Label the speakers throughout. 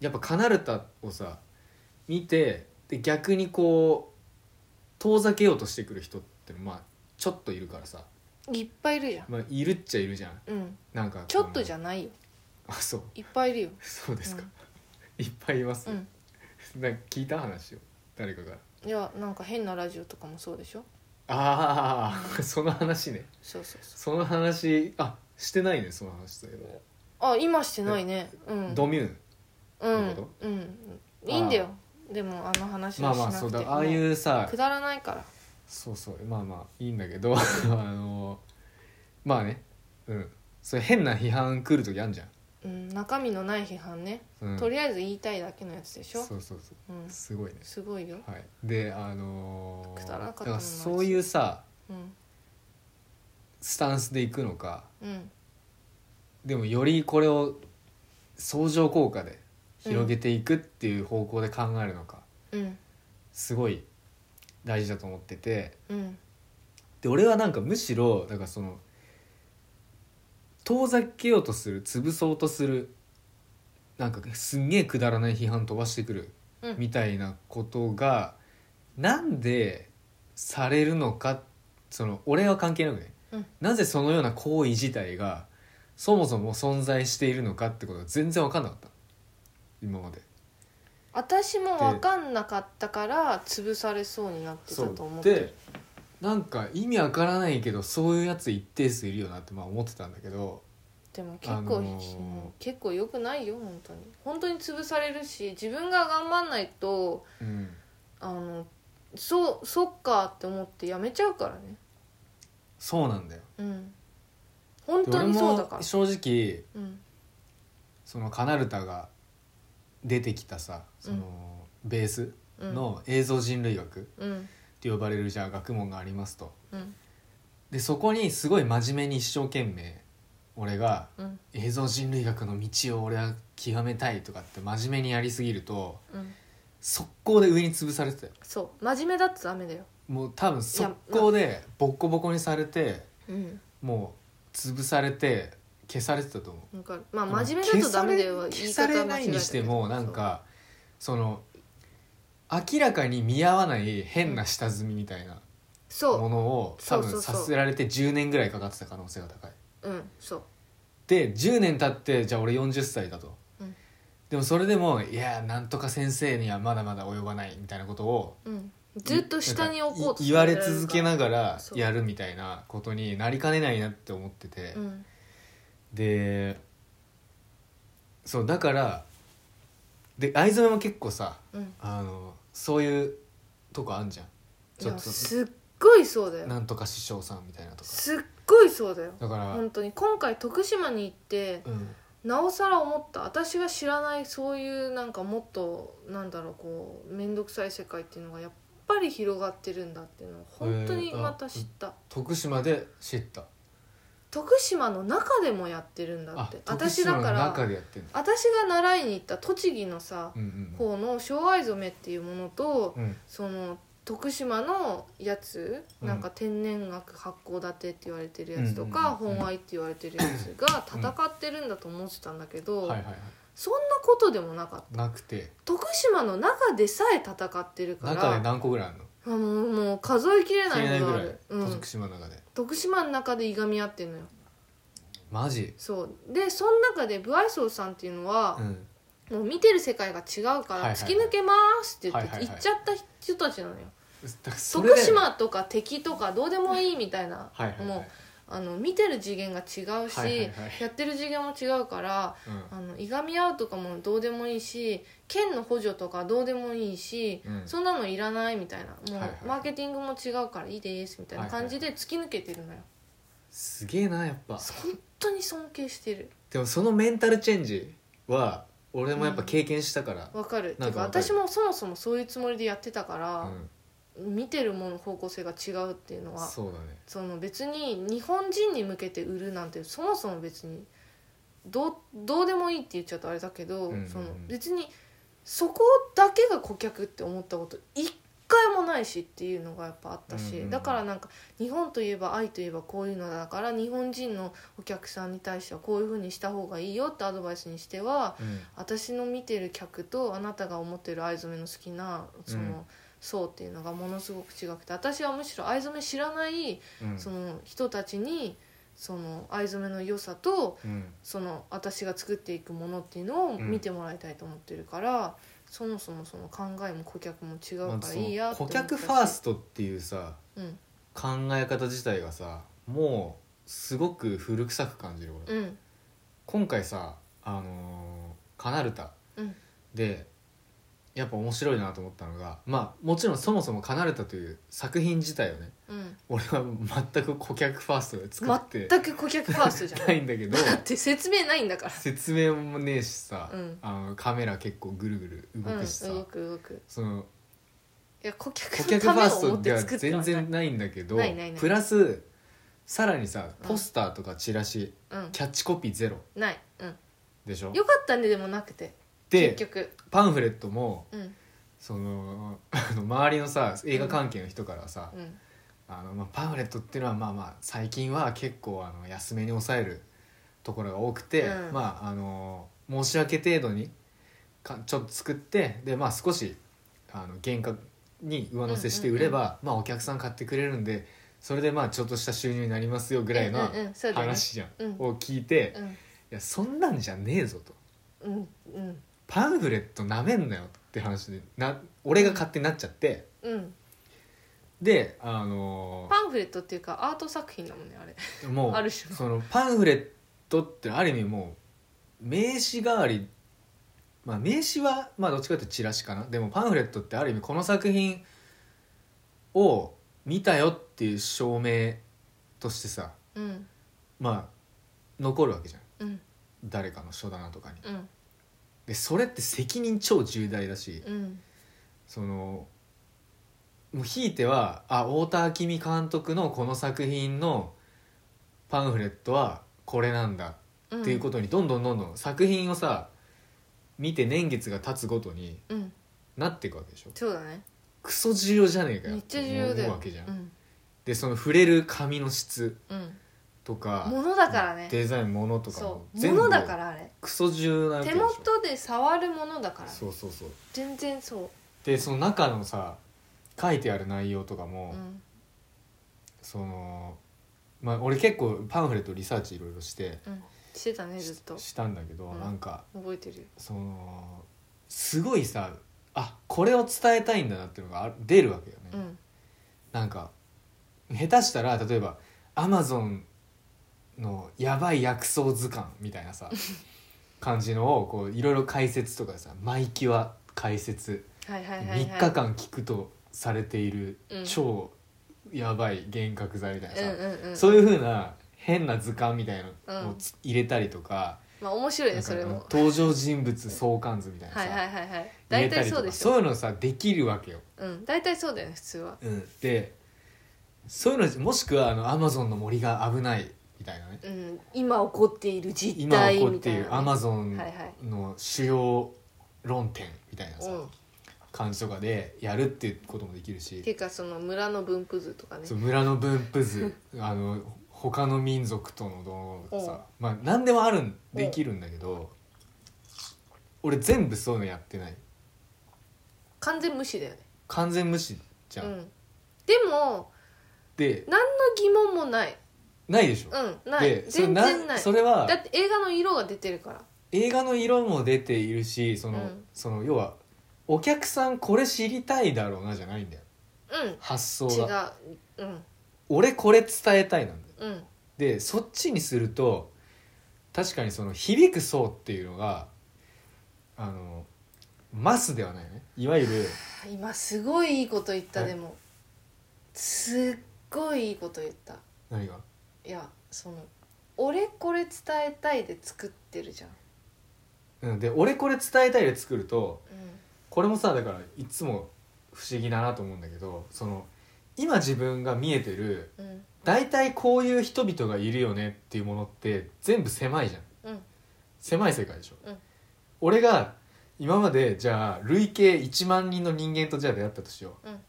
Speaker 1: やっぱカナルタをさ見てで逆にこう遠ざけようとしてくる人ってまあちょっといるからさ、
Speaker 2: いっぱいいるじゃん
Speaker 1: まあ、いるっちゃいるじゃん
Speaker 2: うん
Speaker 1: なんか
Speaker 2: ちょっとじゃ
Speaker 1: ん
Speaker 2: ないよ
Speaker 1: あそう
Speaker 2: いっぱいいるよ
Speaker 1: そうですか、いっぱいいます、
Speaker 2: うん
Speaker 1: なんか聞いた話を誰かが
Speaker 2: いやなんか変なラジオとかもそうでしょ
Speaker 1: ああその話ね
Speaker 2: そうそうそう
Speaker 1: その話あしてないねその話だけど、
Speaker 2: あ今してないねうん
Speaker 1: ドミューン
Speaker 2: うん
Speaker 1: ど
Speaker 2: うんいいんだよでもあの話
Speaker 1: まあ
Speaker 2: は
Speaker 1: まあ
Speaker 2: しな
Speaker 1: そう
Speaker 2: くて
Speaker 1: だああいうさ
Speaker 2: くだらないから
Speaker 1: そうそうまあまあいいんだけど あのまあねうんそれ変な批判来る時あんじゃん、
Speaker 2: うん中身のない批判ね
Speaker 1: うん、
Speaker 2: とりあえず言いたいだけのやつでしょ
Speaker 1: そうそうそう
Speaker 2: うん
Speaker 1: すごいね
Speaker 2: すごいよ
Speaker 1: はいであのー
Speaker 2: くだらなか
Speaker 1: だか
Speaker 2: ったもんな
Speaker 1: らそういうさ
Speaker 2: うん
Speaker 1: スタンスでいくのか
Speaker 2: うん
Speaker 1: でもよりこれを相乗効果で広げていくっていう方向で考えるのか、
Speaker 2: うん
Speaker 1: すごい大事だと思ってて
Speaker 2: うん
Speaker 1: で俺はなんかむしろなんかその遠ざけようとする潰そうとするなんかすんげえくだらない批判飛ばしてくる
Speaker 2: うん
Speaker 1: みたいなことがなんでされるのかその俺は関係なくね、
Speaker 2: うん
Speaker 1: なぜそのような行為自体がそもそも存在しているのかってことが全然分かんなかった今まで
Speaker 2: 私も分かんなかったから潰されそうになってたと思って
Speaker 1: でなんか意味わからないけどそういうやつ一定数いるよなってまあ思ってたんだけど
Speaker 2: でも結構、
Speaker 1: あのー
Speaker 2: うん結構良くないよ本当に本当に潰されるし自分が頑張んないと
Speaker 1: うん
Speaker 2: あのそうそっかって思ってやめちゃうからね
Speaker 1: そうなんだよ
Speaker 2: うん本
Speaker 1: で
Speaker 2: 当
Speaker 1: 俺
Speaker 2: にそうだか
Speaker 1: も
Speaker 2: ら
Speaker 1: 正直
Speaker 2: うん
Speaker 1: そのカナルタが出てきたさその、ベース
Speaker 2: うん
Speaker 1: の映像人類学っ
Speaker 2: うん
Speaker 1: て呼ばれるじゃあ学問がありますと
Speaker 2: うん
Speaker 1: でそこにすごい真面目に一生懸命俺が
Speaker 2: うん
Speaker 1: 映像人類学の道を俺は極めたいとかって真面目にやりすぎると
Speaker 2: うん
Speaker 1: 速攻で上に潰されてたよ
Speaker 2: そう真面目だとダメだよ
Speaker 1: もう多分速攻でボッコボコにされて
Speaker 2: うん
Speaker 1: もう潰されて消されてたと思う
Speaker 2: なんかまあ真面目だとダメだよは言
Speaker 1: 消
Speaker 2: い
Speaker 1: さ
Speaker 2: 方
Speaker 1: れ
Speaker 2: は
Speaker 1: な
Speaker 2: 間違
Speaker 1: い
Speaker 2: えたけど
Speaker 1: にしてもなんかその明らかに見合わない変な下積みみたいなも
Speaker 2: そ
Speaker 1: のを
Speaker 2: そ
Speaker 1: 多
Speaker 2: うそ
Speaker 1: 分
Speaker 2: うそ
Speaker 1: さ
Speaker 2: う
Speaker 1: せられて10年ぐらいかかってた可能性が高いう
Speaker 2: うんそう
Speaker 1: で10年経ってじゃあ俺40歳だと、
Speaker 2: うん
Speaker 1: でもそれでもいやなんとか先生にはまだまだ及ばないみたいなことを
Speaker 2: うんずっと下に置こうと
Speaker 1: い言われ続けながら
Speaker 2: そう
Speaker 1: やるみたいなことになりかねないなって思ってて、
Speaker 2: うん
Speaker 1: でそうだからで藍染めも結構さ
Speaker 2: うん
Speaker 1: あのそういうとこあんじゃん
Speaker 2: い
Speaker 1: ちょ
Speaker 2: や
Speaker 1: っ
Speaker 2: すっごいそうだ
Speaker 1: と
Speaker 2: よ
Speaker 1: なんとか師匠さんみたいなとか
Speaker 2: すっごいそうだよ
Speaker 1: だから、
Speaker 2: 本当に今回徳島に行って
Speaker 1: うん
Speaker 2: なおさら思った私が知らないそういうなんかもっとなんだろうこう面倒くさい世界っていうのがやっぱり広がってるんだっていうのを本当にまた知った、
Speaker 1: 徳島で知った
Speaker 2: 徳島の中でもやってるんだって
Speaker 1: 徳
Speaker 2: 私
Speaker 1: 島
Speaker 2: だ
Speaker 1: の
Speaker 2: から
Speaker 1: 中でやってんだ
Speaker 2: 私が習いに行った栃木のさ
Speaker 1: うんうん
Speaker 2: 方の障害染めっていうものと、
Speaker 1: うん
Speaker 2: その徳島のやつ、
Speaker 1: うん
Speaker 2: なんか天然学発酵立てって言われてるやつとか、
Speaker 1: うんうんうんうん
Speaker 2: 本愛って言われてるやつが戦ってるんだと思ってたんだけど、
Speaker 1: はいはいは
Speaker 2: そんなことでもなかった
Speaker 1: いなくて
Speaker 2: 徳島の中でさえ戦ってるから
Speaker 1: 中で何個ぐらいあるの
Speaker 2: あもうもう数えきれ
Speaker 1: 知
Speaker 2: な
Speaker 1: れないい
Speaker 2: ほ
Speaker 1: ぐ
Speaker 2: どあ
Speaker 1: らい
Speaker 2: る、うん
Speaker 1: 徳、島の中で
Speaker 2: 徳島の中でいがみ合ってるのよ
Speaker 1: マジ
Speaker 2: そうでその中で武愛荘さんっていうのは
Speaker 1: う、ん
Speaker 2: もう見てる世界が違うか
Speaker 1: はいはいは
Speaker 2: ら
Speaker 1: い
Speaker 2: 突き抜けますって言って
Speaker 1: はいはいはい
Speaker 2: 行っちゃった人たちなのよ、
Speaker 1: だからそれ
Speaker 2: 徳
Speaker 1: だよ
Speaker 2: 島とか敵とかどうでもいいみたいな
Speaker 1: はいはいは
Speaker 2: もう
Speaker 1: い
Speaker 2: あの見てる次元が違うし、
Speaker 1: はいはいはい
Speaker 2: やってる次元も違うからあのいがみ合うとかもどうでもいいし県の補助とかどうでもいいし、
Speaker 1: うん
Speaker 2: そんなのいらないみたいなもう、
Speaker 1: はいはい
Speaker 2: マーケティングも違うからいいですみたいな感じで突き抜けてるのよ、
Speaker 1: すげえなやっぱ
Speaker 2: 本当に尊敬してる
Speaker 1: でもそのメンタルチェンジは俺もやっぱ経験したから、
Speaker 2: わかる
Speaker 1: なん
Speaker 2: て
Speaker 1: か
Speaker 2: か
Speaker 1: わかる
Speaker 2: 私もそもそもそういうつもりでやってたか
Speaker 1: う
Speaker 2: ら、
Speaker 1: ん
Speaker 2: 見てるもの方向性が違うっていうのは
Speaker 1: そうだね
Speaker 2: その別に日本人に向けて売るなんてそもそも別にどうどうでもいいって言っちゃうとあれだけ
Speaker 1: う
Speaker 2: ど、
Speaker 1: んうんうん
Speaker 2: その別にそこだけが顧客って思ったこと一回もないしっていうのがやっぱあったし、
Speaker 1: うんうん
Speaker 2: だからなんか日本といえば愛といえばこういうのだから日本人のお客さんに対してはこういうふうにした方がいいよってアドバイスにしては
Speaker 1: うん
Speaker 2: 私の見てる客とあなたが思ってる藍染めの好きなその、
Speaker 1: うん
Speaker 2: 層っていうのがものすごく違くて私はむしろ藍染め知らない
Speaker 1: うん
Speaker 2: その人たちにその藍染めの良さと
Speaker 1: うん
Speaker 2: その私が作っていくものっていうのを見てもらいたいと思ってるから、そもそもその考えも顧客も違
Speaker 1: ま
Speaker 2: うか
Speaker 1: ずそ
Speaker 2: ら
Speaker 1: の
Speaker 2: いいやって
Speaker 1: 顧
Speaker 2: 思ったし
Speaker 1: 客ファーストっていうさ
Speaker 2: うん
Speaker 1: 考え方自体がさもうすごく古臭く感じる俺、
Speaker 2: うん
Speaker 1: 今回さあのーカナルタ
Speaker 2: うん
Speaker 1: でやっぱ面白いなと思ったのがまあもちろんそもそもカナルタという作品自体をね
Speaker 2: うん
Speaker 1: 俺は全く顧客ファーストで作って
Speaker 2: 全く顧客ファーストじゃな
Speaker 1: ないいんだけ ど
Speaker 2: だって説明ないんだから
Speaker 1: 説明もねえしさ、
Speaker 2: うん
Speaker 1: あのカメラ結構ぐるぐる動
Speaker 2: うん
Speaker 1: くしさ、
Speaker 2: 動く動く
Speaker 1: その
Speaker 2: いや顧客
Speaker 1: 顧
Speaker 2: の
Speaker 1: 客フ
Speaker 2: ため
Speaker 1: ァー
Speaker 2: を
Speaker 1: スト
Speaker 2: 思っ
Speaker 1: で
Speaker 2: て
Speaker 1: は
Speaker 2: 作っては
Speaker 1: 全
Speaker 2: ない
Speaker 1: 然ないんだけど
Speaker 2: ないないない
Speaker 1: プラスさらにさ
Speaker 2: うん
Speaker 1: ポスターとかチラシ、
Speaker 2: うん
Speaker 1: キャッチコピーゼロ
Speaker 2: ないうん
Speaker 1: でしょ
Speaker 2: よかったねでもなくて結
Speaker 1: で
Speaker 2: 局
Speaker 1: パンフレットも
Speaker 2: うん
Speaker 1: そのあの周りのさ映画関係の人からさ、
Speaker 2: うん
Speaker 1: あのまあ、パンフレットっていうのはまあまあ最近は結構あの安めに抑えるところが多くて、
Speaker 2: うん
Speaker 1: まああの申し訳程度にかちょっと作ってでまあ少しあの原価に上乗せして売れば、まあ、お客さん買ってくれるんでそれでまあちょっとした収入になりますよぐらいの
Speaker 2: うんうんうんそうだね
Speaker 1: 話じゃん、
Speaker 2: うん
Speaker 1: を聞いて、い
Speaker 2: うん
Speaker 1: やそんなんじゃねえぞと
Speaker 2: うんうん
Speaker 1: パンフレットなめんなよって話でな俺が勝手になっちゃって
Speaker 2: うん
Speaker 1: であの
Speaker 2: パンフレットっていうかアート作品だもんねあれ
Speaker 1: もう
Speaker 2: ある種の
Speaker 1: そのパンフレットってある意味もう名刺代わり、まあ、名刺はまあどっちかというとチラシかなでもパンフレットってある意味この作品を見たよっていう証明としてさ
Speaker 2: うん
Speaker 1: まあ残るわけじゃん
Speaker 2: うん
Speaker 1: 誰かの書棚とかに
Speaker 2: うん
Speaker 1: でそれって責任超重大だし
Speaker 2: うん
Speaker 1: そのもうひいてはあ太田明美監督のこの作品のパンフレットはこれなんだ
Speaker 2: うん
Speaker 1: っていうことにどんどんどんどん作品をさ見て年月が経つごとに
Speaker 2: うん
Speaker 1: なっていくわけでしょ
Speaker 2: そうだね
Speaker 1: クソ重要じゃねえかよ
Speaker 2: めっちゃ重要だ
Speaker 1: 思う
Speaker 2: よ
Speaker 1: わけじゃん、
Speaker 2: うん
Speaker 1: でその触れる紙の質
Speaker 2: うん
Speaker 1: とか
Speaker 2: ものだからね
Speaker 1: デザインものとか
Speaker 2: そう
Speaker 1: 全
Speaker 2: も
Speaker 1: 部
Speaker 2: のだからあれ
Speaker 1: クソ重要なわけ
Speaker 2: 手
Speaker 1: でしょ
Speaker 2: 元で触るものだから
Speaker 1: そうそうそう
Speaker 2: 全然そ
Speaker 1: でその中のさ書いてある内容とか
Speaker 2: う
Speaker 1: も、
Speaker 2: うん
Speaker 1: そのまあ俺結構パンフレットリサーチいろいろして
Speaker 2: うんしてたねずっと
Speaker 1: ししたんだけど、
Speaker 2: うん
Speaker 1: なんか
Speaker 2: 覚えてるよ
Speaker 1: そのすごいさあこれを伝えたいんだなっていうのがあ出るわけよね、
Speaker 2: うん
Speaker 1: なんか下手したら例えばアマゾンのやばい薬草図鑑みたいな さ感じのをこういろいろ解説とかさ「マイキュア解説」
Speaker 2: はいはいはいはい
Speaker 1: 3日間聞くとされている
Speaker 2: うん
Speaker 1: 超やばい幻覚剤みたいなさ、
Speaker 2: うんうんうん
Speaker 1: そういうふうな変な図鑑みたいなのをつ入れたりとか,、
Speaker 2: まあ面白い
Speaker 1: な
Speaker 2: ね
Speaker 1: んか
Speaker 2: それも
Speaker 1: 登場人物相関図みたいなさ、
Speaker 2: はいはいはいはい
Speaker 1: 入
Speaker 2: 大
Speaker 1: れた
Speaker 2: 体
Speaker 1: りと
Speaker 2: そう
Speaker 1: か
Speaker 2: でし
Speaker 1: そうい
Speaker 2: ょ
Speaker 1: うのさできるわけよ、
Speaker 2: うん大体そうだよね普通は
Speaker 1: でそういうのもしくはあのアマゾンの森が危ないみたいなね
Speaker 2: うん今起こっている実
Speaker 1: 今
Speaker 2: 態
Speaker 1: 起こっ
Speaker 2: み
Speaker 1: て
Speaker 2: たい
Speaker 1: い
Speaker 2: なね
Speaker 1: るアマゾン
Speaker 2: はいはい
Speaker 1: の主要論点みたいなさ、
Speaker 2: うん
Speaker 1: 感じとかでやるっていうこともできる
Speaker 2: ってい
Speaker 1: し、
Speaker 2: うかその村の分布図とかね
Speaker 1: そう村の分布図 あの他の民族とのどう
Speaker 2: うん
Speaker 1: さ、まあ、何でもあるんできるんだけど俺全部そういうのやってない
Speaker 2: 完全無視だよね
Speaker 1: 完全無視じゃ、
Speaker 2: うんんでも
Speaker 1: で
Speaker 2: 何の疑問もない
Speaker 1: ないでしょ、
Speaker 2: うんない
Speaker 1: でそれ
Speaker 2: 全然ない
Speaker 1: それは
Speaker 2: だって映画の色が出てるから
Speaker 1: 映画の色も出ているしその、
Speaker 2: うん
Speaker 1: その要はお客さんこれ知りたいだろうなじゃないんだよ
Speaker 2: うん
Speaker 1: 発想
Speaker 2: 違
Speaker 1: が
Speaker 2: ううん
Speaker 1: 俺これ伝えたいなんだよ
Speaker 2: うん
Speaker 1: でそっちにすると確かにその響く層っていうのがあのマスではないよねいわゆ る
Speaker 2: 今すごいいいこと言った
Speaker 1: え
Speaker 2: でもすっごいいいこと言った
Speaker 1: 何が
Speaker 2: いやその「俺これ伝えたい」で作ってるじゃん、
Speaker 1: うんで俺これ伝えたいで作ると
Speaker 2: うん、
Speaker 1: これもさだからいつも不思議だなと思うんだけどその今自分が見えてる
Speaker 2: うん
Speaker 1: 大体こういう人々がいるよねっていうものって全部狭いじゃん
Speaker 2: うん
Speaker 1: 狭い世界でしょ、
Speaker 2: うん
Speaker 1: 俺が今までじゃあ累計1万人の人間とじゃあ出会ったとしよう、
Speaker 2: うん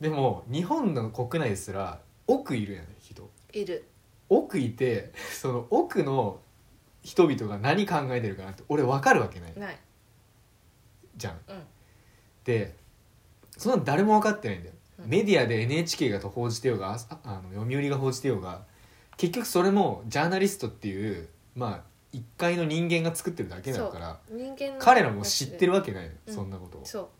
Speaker 1: でも日本の国内ですら奥いるやん人
Speaker 2: いる
Speaker 1: 奥いてその奥の人々が何考えてるかなって俺分かるわけない
Speaker 2: ない
Speaker 1: じゃん。
Speaker 2: うん
Speaker 1: でそんなの誰も分かってないんだよ。
Speaker 2: うん
Speaker 1: メディアで NHK がと報じてようがあああの読売が報じてようが結局それもジャーナリストっていうまあ一階の人間が作ってるだけだから
Speaker 2: 人間の
Speaker 1: 彼らも知ってるわけないよ、
Speaker 2: うん
Speaker 1: そんなことを。
Speaker 2: そ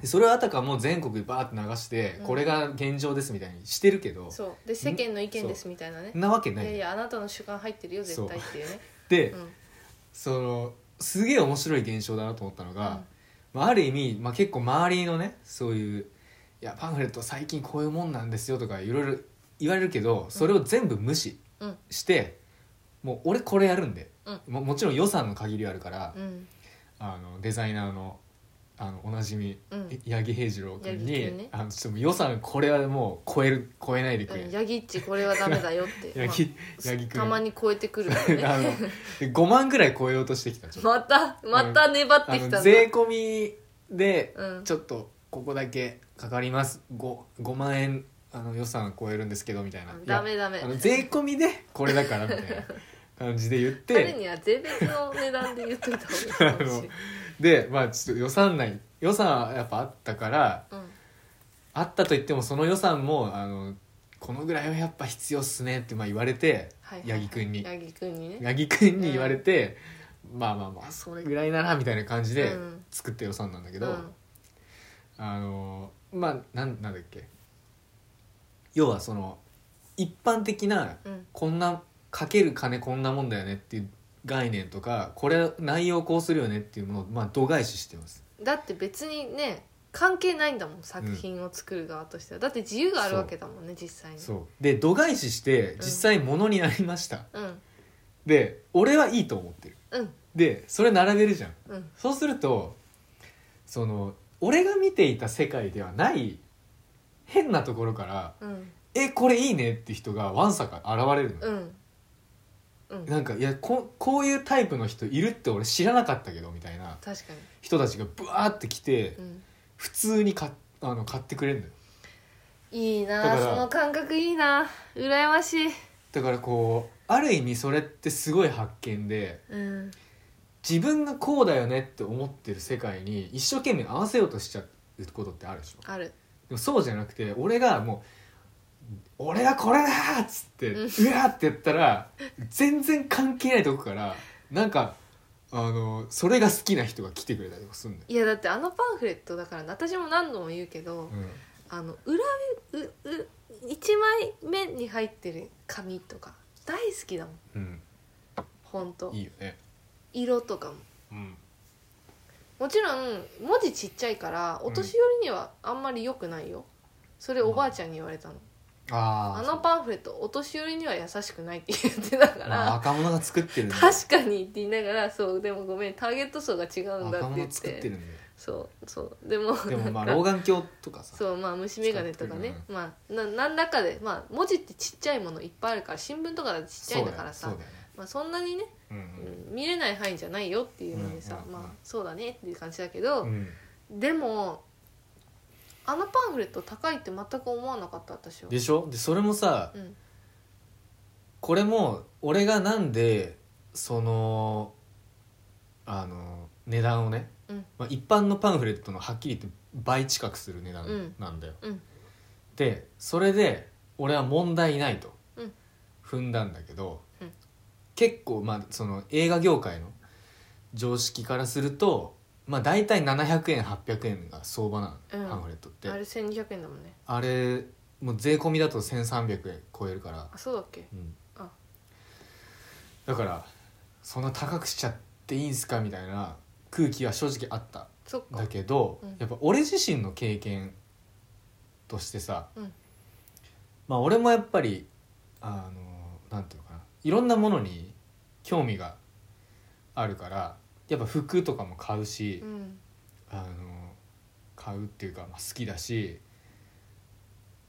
Speaker 1: でそれをあたかも全国にバーって流して、
Speaker 2: うん
Speaker 1: これが現状ですみたいにしてるけど
Speaker 2: うそうで世間の意見ですみたいなね
Speaker 1: そんなわけないい
Speaker 2: やいやあなたの主観入ってるよ絶対っていうね
Speaker 1: で、
Speaker 2: うん
Speaker 1: そのすげえ面白い現象だなと思ったの
Speaker 2: う
Speaker 1: が
Speaker 2: ん、
Speaker 1: まあ、ある意味、まあ、結構周りのねそういう「いやパンフレット最近こういうもんなんですよ」とかいろいろ言われるけどそれを全部無視
Speaker 2: うん
Speaker 1: して、もう俺これやるんで、
Speaker 2: うん
Speaker 1: ももちろん予算の限りはあるから、
Speaker 2: うん
Speaker 1: あのデザイナーのあのおなじみ
Speaker 2: うん
Speaker 1: 八木平次郎君に
Speaker 2: 八木君ね
Speaker 1: あのちょっと予算これはもう超える超えないでくれ、
Speaker 2: うんヤギっちこれはダメだよっ て
Speaker 1: 八木
Speaker 2: まあ
Speaker 1: 八木君
Speaker 2: たまに超えてくるか ら
Speaker 1: あの
Speaker 2: ね
Speaker 1: で5万ぐらい超えようとしてきたちょっと
Speaker 2: またまた粘っ
Speaker 1: あ
Speaker 2: てきたんだ
Speaker 1: の税込みで
Speaker 2: うん
Speaker 1: ちょっとここだけかかります 5, 5万円あの予算超えるんですけどみたいな
Speaker 2: うんダメダ
Speaker 1: い
Speaker 2: メ
Speaker 1: やあの税込みでこれだからみたいな感じで言っ て
Speaker 2: 彼には税別の値段で言っといた方がいい かもしれない
Speaker 1: でまあちょっと予算内予算はやっぱあったから
Speaker 2: うん
Speaker 1: あったといってもその予算もあのこのぐらいはやっぱ必要っすねってまあ言われて
Speaker 2: はいはいは
Speaker 1: 八
Speaker 2: い
Speaker 1: 木君に
Speaker 2: 八木君にね
Speaker 1: 八木君に言われて、まあまあまあそれぐらいならみたいな感じで
Speaker 2: うん
Speaker 1: 作った予算なんだけ
Speaker 2: け
Speaker 1: ど、あのまあなんなんだっけ要はその一般的な
Speaker 2: うん
Speaker 1: こんなかける金こんなもんだよねっていう概念とかこれ内容こうするよねっていうものを、まあ、度外視してます
Speaker 2: だって別にね関係ないんだもん作品を作る側としては、だって自由があるわけだもんね実際にう、
Speaker 1: そうで度外視して実際ものになりました、
Speaker 2: ん、
Speaker 1: で俺はいいと思ってる
Speaker 2: うん
Speaker 1: でそれ並べるじゃん
Speaker 2: うん
Speaker 1: そうするとその俺が見ていた世界ではない変なところから
Speaker 2: うん
Speaker 1: 「えこれいいね」って人がわんさか現れるの、
Speaker 2: うんうん
Speaker 1: なんかいやここういうタイプの人いるって俺知らなかったけどみたいな
Speaker 2: 確か
Speaker 1: 人たちがブワーって来て、
Speaker 2: に、うん、
Speaker 1: 普通に買っあの買ってくれるのよ
Speaker 2: いい
Speaker 1: だ
Speaker 2: な
Speaker 1: から
Speaker 2: その感覚いいな羨ましい、
Speaker 1: だからこうある意味それってすごい発見で
Speaker 2: うん、
Speaker 1: 自分がこうだよねって思ってる世界に一生懸命合わせようとしちゃうことってあるでしょ
Speaker 2: ある
Speaker 1: でもそうじゃなくて俺がもう「俺がこれだ!」っつって「う
Speaker 2: う
Speaker 1: わ!」ってやったら全然関係ないとこからなんかあのそれが好きな人が来てくれたりとかするんだよ、
Speaker 2: いやだってあのパンフレットだから私も何度も言うけど、
Speaker 1: うん
Speaker 2: あの裏うう1枚目に入ってる紙とか大好きだもん
Speaker 1: うん、
Speaker 2: ほんと
Speaker 1: いいよね、
Speaker 2: 色とかも
Speaker 1: うん、
Speaker 2: もちろん文字ちっちゃいからお年寄りにはあんまり良くないよ、それおばあちゃんに言われたの、
Speaker 1: あー
Speaker 2: あのパンフレットお年寄りには優しくないって言ってたか
Speaker 1: まあ
Speaker 2: ら
Speaker 1: 若者が作ってるんだよ
Speaker 2: 確かにって言いながらそうでもごめんターゲット層が違うんだって
Speaker 1: 若
Speaker 2: 言っ
Speaker 1: 者作って
Speaker 2: て
Speaker 1: るんだよ
Speaker 2: そうそうでも
Speaker 1: でもまあ
Speaker 2: なん
Speaker 1: 老
Speaker 2: か
Speaker 1: 眼鏡とかさ
Speaker 2: そうまあ虫眼鏡とかね
Speaker 1: 使って、
Speaker 2: まあな何らかで、まあ、文字ってちっちゃいものいっぱいあるから新聞とかだとちっちゃいんだからさ
Speaker 1: そうだよ
Speaker 2: まあ、そんなにね、
Speaker 1: そうだよね
Speaker 2: うん見れない範囲じゃないよっていうのでさ、
Speaker 1: うんうんうん
Speaker 2: まあそうだねっていう感じだけど、
Speaker 1: うんうん
Speaker 2: でもあのパンフレット高いって全く思わなかった私は
Speaker 1: でしょでそれもさ
Speaker 2: うん
Speaker 1: これも俺がなんでそのあの値段をね、
Speaker 2: うん
Speaker 1: まあ、一般のパンフレットのはっきり言って倍近くする値段なんだよ、
Speaker 2: うん
Speaker 1: でそれで俺は問題ないと
Speaker 2: うん
Speaker 1: 踏んだんだけど、
Speaker 2: うん
Speaker 1: 結構まあその映画業界の常識からするとまあ大体700円800円が相場なの、
Speaker 2: うん
Speaker 1: パンフレットって
Speaker 2: あれ1200円だもんね
Speaker 1: あれもう税込みだと1300円超えるから、
Speaker 2: あそうだっけ
Speaker 1: うん
Speaker 2: あ
Speaker 1: だからそんな高くしちゃっていいんすかみたいな空気は正直あった
Speaker 2: そっ
Speaker 1: だ
Speaker 2: か
Speaker 1: けど、
Speaker 2: うん
Speaker 1: やっぱ俺自身の経験としてさ、
Speaker 2: うん
Speaker 1: まあ俺もやっぱりあのなんていうのかないろんなものに興味があるからやっぱ服とかも買うし、
Speaker 2: うん
Speaker 1: あの買うっていうか、まあ、好きだし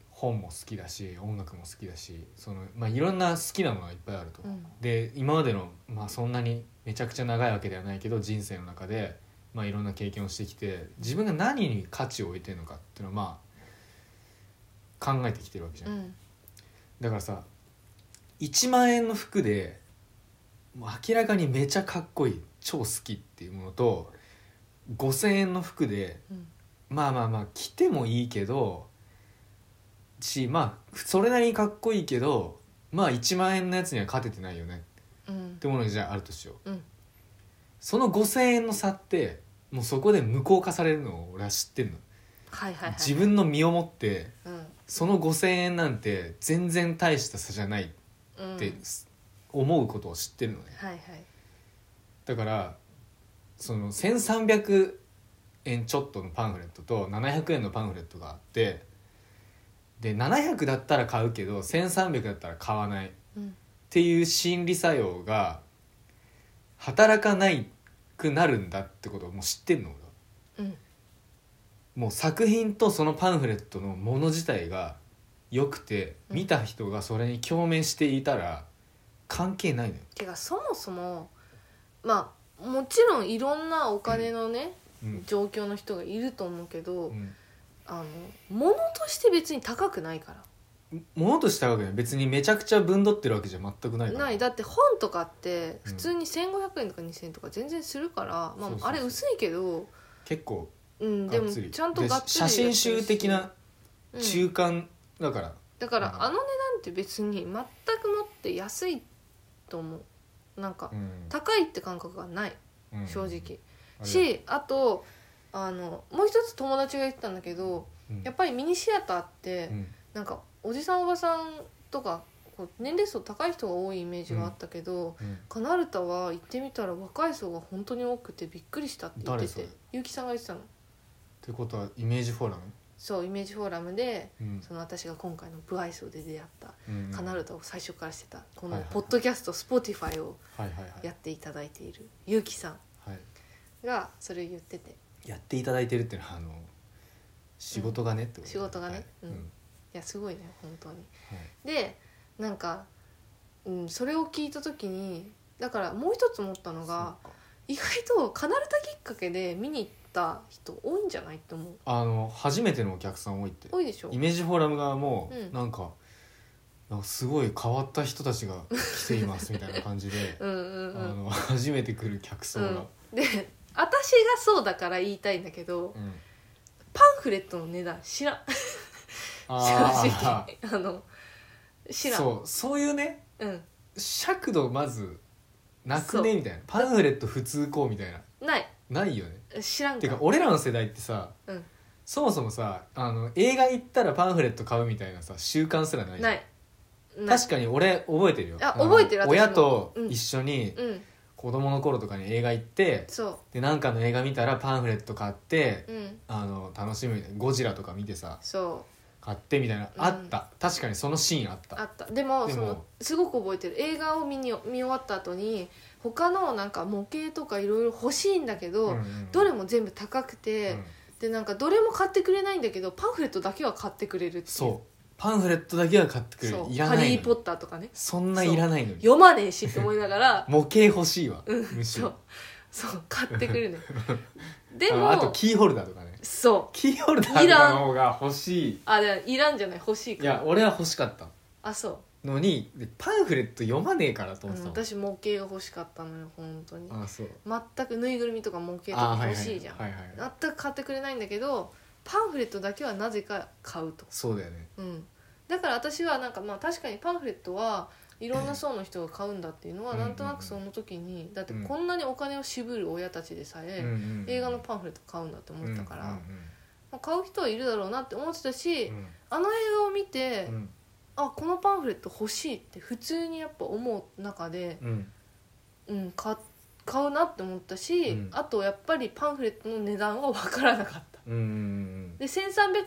Speaker 1: 本も好きだし音楽も好きだしその、まあ、いろんな好きなものがいっぱいあると。
Speaker 2: うん
Speaker 1: で今までの、まあ、そんなにめちゃくちゃ長いわけではないけど人生の中で、まあ、いろんな経験をしてきて自分が何に価値を置いてるのかっていうのはまあ考えてきてるわけじゃん、
Speaker 2: うん
Speaker 1: だからさ1万円の服でもう明らかにめちゃかっこいい超好きっていうものと5,000円の服で
Speaker 2: うん
Speaker 1: まあまあまあ着てもいいけどしまあそれなりにかっこいいけどまあ1万円のやつには勝ててないよね
Speaker 2: うん
Speaker 1: ってものがじゃああるとしよう、
Speaker 2: うん
Speaker 1: その5,000円の差ってもうそこで無効化されるのを俺は知ってんの、
Speaker 2: はいはいはい
Speaker 1: 自分の身をもって
Speaker 2: うん
Speaker 1: その5,000円なんて全然大した差じゃないっ
Speaker 2: うん
Speaker 1: て思うことを知ってるのね、
Speaker 2: はいはい
Speaker 1: だからその1300円ちょっとのパンフレットと700円のパンフレットがあってで700だったら買うけど1300だったら買わないっ
Speaker 2: うん
Speaker 1: ていう心理作用が働かないくなるんだってことをもう知ってんの俺は
Speaker 2: うん
Speaker 1: もう作品とそのパンフレットのもの自体が良くて
Speaker 2: うん
Speaker 1: 見た人がそれに共鳴していたら関係ないのよ、
Speaker 2: てかそもそもまあもちろんいろんなお金のね、
Speaker 1: うん
Speaker 2: 状況の人がいると思うけど、
Speaker 1: うん、
Speaker 2: あの物として別に高くないから
Speaker 1: ものとしたわけじゃない別にめちゃくちゃ分取ってるわけじゃ全くないから
Speaker 2: ないだって本とかって
Speaker 1: うん
Speaker 2: 普通に1500円とか2000円とか全然するから、
Speaker 1: そうそう
Speaker 2: ま
Speaker 1: そう
Speaker 2: あ、あれ薄いけど、
Speaker 1: 結構
Speaker 2: うん、で
Speaker 1: が
Speaker 2: も
Speaker 1: っつり
Speaker 2: ちゃんとがっつり
Speaker 1: で写真集的な
Speaker 2: うん
Speaker 1: 中間だから、
Speaker 2: だから
Speaker 1: うん
Speaker 2: あの値段って別に全くもって安いと思うなんか
Speaker 1: うん
Speaker 2: 高いって感覚がない
Speaker 1: うん
Speaker 2: 正直、
Speaker 1: あれ
Speaker 2: しあとあのもう一つ友達が言ってたんだけど
Speaker 1: うん
Speaker 2: やっぱりミニシアターって、
Speaker 1: うん
Speaker 2: なんかおじさんおばさんとかこう年齢層高い人が多いイメージがあったけど、
Speaker 1: うん
Speaker 2: カナルタは行ってみたら若い層が本当に多くてびっくりしたって言って
Speaker 1: 誰それ
Speaker 2: て結城さんが言ってたの
Speaker 1: ということはイメージフォーラム
Speaker 2: そうイメージフォーラムで
Speaker 1: うん
Speaker 2: その私が今回の「不愛想」で出会った
Speaker 1: うん
Speaker 2: カナルタを最初からしてたこ
Speaker 1: はい
Speaker 2: の
Speaker 1: はいはい
Speaker 2: ポッドキャスト Spotify を
Speaker 1: はいはいはい
Speaker 2: やっていただいている結城さん
Speaker 1: はい
Speaker 2: がそれを言ってて
Speaker 1: やっていただいてるっていうのはあの仕事がねってこと
Speaker 2: 仕事がね
Speaker 1: はい
Speaker 2: うんいやすごいね本当に。
Speaker 1: はい
Speaker 2: でなんか、うん、それを聞いた時にだからもう一つ思ったのが
Speaker 1: そうか
Speaker 2: 意外とカナルタきっかけで見に行った人多いんじゃないって思う
Speaker 1: あの初めてのお客さん多いって
Speaker 2: 多いでしょ
Speaker 1: イメージフォーラムがも
Speaker 2: うん
Speaker 1: うなんか、なんかすごい変わった人たちが来ていますみたいな感じで、
Speaker 2: うん うんう
Speaker 1: あ
Speaker 2: ん
Speaker 1: の初めて来る客層が、
Speaker 2: うんで私がそうだから言いたいんだけ
Speaker 1: う
Speaker 2: ど
Speaker 1: ん
Speaker 2: パンフレットの値段知らん正
Speaker 1: あー
Speaker 2: 直あの知らんう、
Speaker 1: そうそういうね
Speaker 2: ん、
Speaker 1: 尺度まずなく
Speaker 2: そ
Speaker 1: ねみたいなパンフレット普通こうみたいな
Speaker 2: ない
Speaker 1: ないよね
Speaker 2: 知らん
Speaker 1: て
Speaker 2: か
Speaker 1: から俺らの世代ってさ、
Speaker 2: うん
Speaker 1: そもそもさあの映画行ったらパンフレット買うみたいなさ習慣すらないじゃん
Speaker 2: ないない
Speaker 1: 確かに俺覚えてるよ
Speaker 2: あ
Speaker 1: の
Speaker 2: 覚えてる私も
Speaker 1: 親と一緒に
Speaker 2: うん
Speaker 1: 子供の頃とかに映画行って、
Speaker 2: そ
Speaker 1: でなんかの映画見たらパンフレット買って、
Speaker 2: ううん
Speaker 1: あの楽しむみたいなゴジラとか見てさ
Speaker 2: そう
Speaker 1: 買ってみたいな、
Speaker 2: うん
Speaker 1: あった確かにそのシーンあった
Speaker 2: あったでも
Speaker 1: でも
Speaker 2: そのすごく覚えてる映画を見に見終わった後に他のなんか模型とかいろいろ欲しいんだけど、どれ
Speaker 1: も、
Speaker 2: も全部高くて、
Speaker 1: うん
Speaker 2: でなんかどれも買ってくれないんだけどパンフレットだけは買ってくれるっていう
Speaker 1: そうパンフレットだけは買ってくれる
Speaker 2: そう
Speaker 1: いら
Speaker 2: ハ
Speaker 1: ない
Speaker 2: リ
Speaker 1: の
Speaker 2: ー・
Speaker 1: に
Speaker 2: ポッター」とかね
Speaker 1: そんないらないのに
Speaker 2: 読まねえしって思いながら
Speaker 1: 模型欲しいわ、むし
Speaker 2: そ
Speaker 1: ろ
Speaker 2: うそう買って くるねで
Speaker 1: あの
Speaker 2: も
Speaker 1: あとキーホルダーとかね
Speaker 2: そう
Speaker 1: キーホルダーとかの方が欲しい
Speaker 2: あでもいらんじゃない欲しい
Speaker 1: い
Speaker 2: から
Speaker 1: や俺は欲しかった
Speaker 2: あそ
Speaker 1: のにでパンフレット読まねえからと
Speaker 2: う、
Speaker 1: 思って
Speaker 2: うん
Speaker 1: たもん、
Speaker 2: 私模型が欲しかったのよ本当に
Speaker 1: あそう
Speaker 2: 全くぬいぐるみとか模型と
Speaker 1: あ
Speaker 2: か
Speaker 1: は
Speaker 2: 欲しいじゃん、
Speaker 1: はいはいはいはい、
Speaker 2: 全く買ってくれないんだけどパンフレットだけはなぜか買うと、
Speaker 1: そうだよね
Speaker 2: うん、だから私はなんかまあ確かにパンフレットはいろんな層の人が買うんだっていうのは
Speaker 1: うん
Speaker 2: なんとなくその時にだってこんなにお金を渋る親たちでさ
Speaker 1: うん
Speaker 2: え
Speaker 1: うん
Speaker 2: 映画のパンフレット買うんだって思ったから、
Speaker 1: うん
Speaker 2: まあ、買う人はいるだろうなって思ってたし、
Speaker 1: うんうん
Speaker 2: あの映画を見て、
Speaker 1: うん
Speaker 2: あこのパンフレット欲しいって普通にやっぱ思う中で、
Speaker 1: うん
Speaker 2: うん、買買うなって思ったし、
Speaker 1: うん
Speaker 2: あとやっぱりパンフレットの値段は分からなかった。
Speaker 1: うんうん
Speaker 2: で1300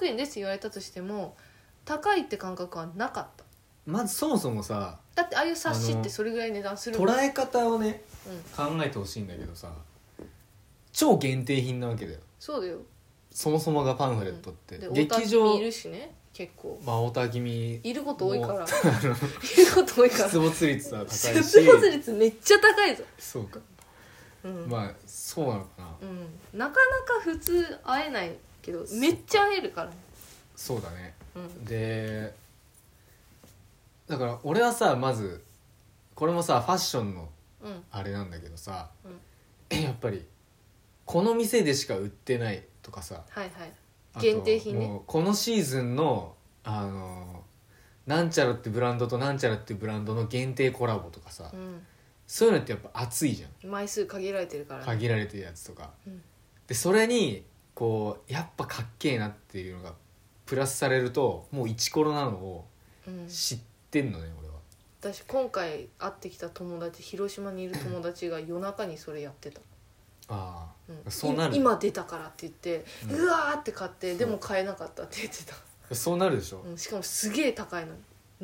Speaker 2: 円ですって言われたとしても高いって感覚はなかった
Speaker 1: うんまずそもそもさ
Speaker 2: だってああいう冊子
Speaker 1: あ
Speaker 2: っ
Speaker 1: の
Speaker 2: てそれぐらい値段するもん
Speaker 1: 捉え方をね
Speaker 2: うん、
Speaker 1: 考えてほしいんだけどさ超限定品なわけだよ
Speaker 2: そうだよ
Speaker 1: そもそもがパンフレットって、
Speaker 2: で大田
Speaker 1: 劇
Speaker 2: 君
Speaker 1: 場
Speaker 2: いるしね結構
Speaker 1: まあ太田君
Speaker 2: いること多いから
Speaker 1: も
Speaker 2: いること多いから
Speaker 1: 出没率は高いし
Speaker 2: 出没率めっちゃ高いぞ、
Speaker 1: そうか
Speaker 2: うん
Speaker 1: まあそうなのかな
Speaker 2: うん、なかなか普通会えないけどめっちゃ会えるからね
Speaker 1: そうだね
Speaker 2: うん
Speaker 1: でだから俺はさまずこれもさファッションの
Speaker 2: うん
Speaker 1: あれなんだけどさ、
Speaker 2: う
Speaker 1: やっぱりこの店でしか売ってないとかさ
Speaker 2: はいはい
Speaker 1: あと
Speaker 2: 限定品ね
Speaker 1: もうこのシーズンのあのなんちゃらってブランドとなんちゃらってブランドの限定コラボとかさ、
Speaker 2: う
Speaker 1: そういうのってやっぱ熱いじゃん
Speaker 2: ん枚数限られてるからね
Speaker 1: 限られてるやつとか、
Speaker 2: うん
Speaker 1: でそれにこうやっぱかっけえなっていうのがプラスされるともうイチコロなのを
Speaker 2: うん
Speaker 1: 知ってんのね俺は
Speaker 2: 私今回会ってきた友達広島にいる友達が夜中にそれやってた、
Speaker 1: あ
Speaker 2: うん
Speaker 1: あそうなる
Speaker 2: い今出たからって言って、
Speaker 1: う
Speaker 2: うんわーって買ってでも買えなかったって言ってた、
Speaker 1: そうなるでしょ、
Speaker 2: うん、しかもすげえ高いの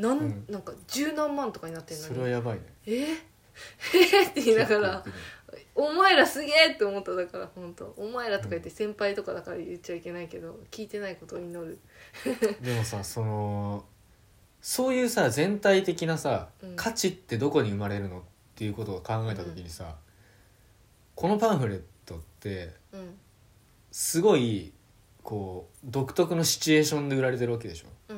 Speaker 2: なん,、
Speaker 1: うん
Speaker 2: なんか十何万とかになってる
Speaker 1: それ
Speaker 2: の
Speaker 1: は
Speaker 2: に
Speaker 1: やばいね
Speaker 2: え ー、えーって言いながら
Speaker 1: 結構
Speaker 2: 「お前らすげえ!」って思っただから本当お前ら」とか言って先輩とかだから言っちゃいけないけど聞いてないことを祈る
Speaker 1: 言ってるでもさそのそういうさ全体的なさ、
Speaker 2: うん
Speaker 1: 価値ってどこに生まれるのっていうことを考えた時にさ、このパンフレットって
Speaker 2: うん
Speaker 1: すごいこう独特のシチュエーションで売られてるわけでしょ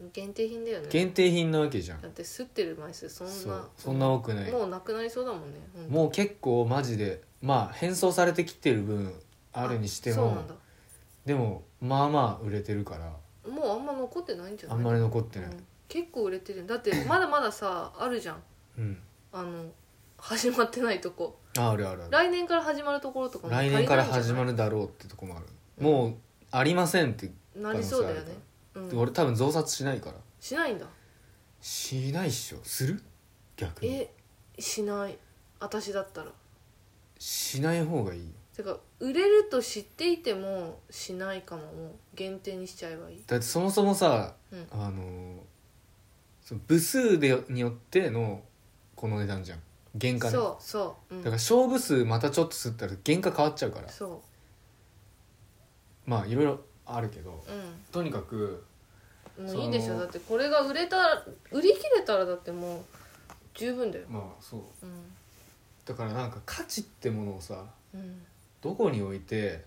Speaker 2: うん限定品だよね
Speaker 1: 限定品なわけじゃん
Speaker 2: だって吸ってる枚数そんな
Speaker 1: そうそんな多くない
Speaker 2: もうなくなりそうだもんねほんと
Speaker 1: もう結構マジでまあ変装されてきてる分あるにして
Speaker 2: そう
Speaker 1: も
Speaker 2: なんだ
Speaker 1: でもまあまあ売れてるから
Speaker 2: もうあんま残ってないんじゃな
Speaker 1: あ
Speaker 2: い
Speaker 1: んまり残ってない
Speaker 2: うん結構売れてるだってまだまださあるじゃん
Speaker 1: うん
Speaker 2: あの始まってないとこ
Speaker 1: ああるあるある
Speaker 2: 来年から始まるところとかも
Speaker 1: 来年から始ま
Speaker 2: る
Speaker 1: るだろうってとこもある
Speaker 2: うん
Speaker 1: もうありませんって
Speaker 2: なりそうだよね、う
Speaker 1: で
Speaker 2: ん、
Speaker 1: 俺多分増刷しないから
Speaker 2: しないんだ
Speaker 1: しないっしょする逆に
Speaker 2: えしない私だったら
Speaker 1: しない方がいいよ
Speaker 2: てか売れると知っていてもしないかももう限定にしちゃえばいい
Speaker 1: だってそもそもさ
Speaker 2: うん
Speaker 1: あのーその部数でによってのこの値段じゃん原価ね
Speaker 2: そうそう、うん、
Speaker 1: だから勝負数またちょっとすったら原価変わっちゃうから
Speaker 2: そ
Speaker 1: まあいろいろあるけど
Speaker 2: ううん
Speaker 1: とにかく
Speaker 2: もういいでし
Speaker 1: そ
Speaker 2: ょ
Speaker 1: の
Speaker 2: だってこれが売れた売り切れたらだってもう十分だよ
Speaker 1: まあそう
Speaker 2: うん
Speaker 1: だからなんか価値ってものをさ
Speaker 2: うん
Speaker 1: どこに置いて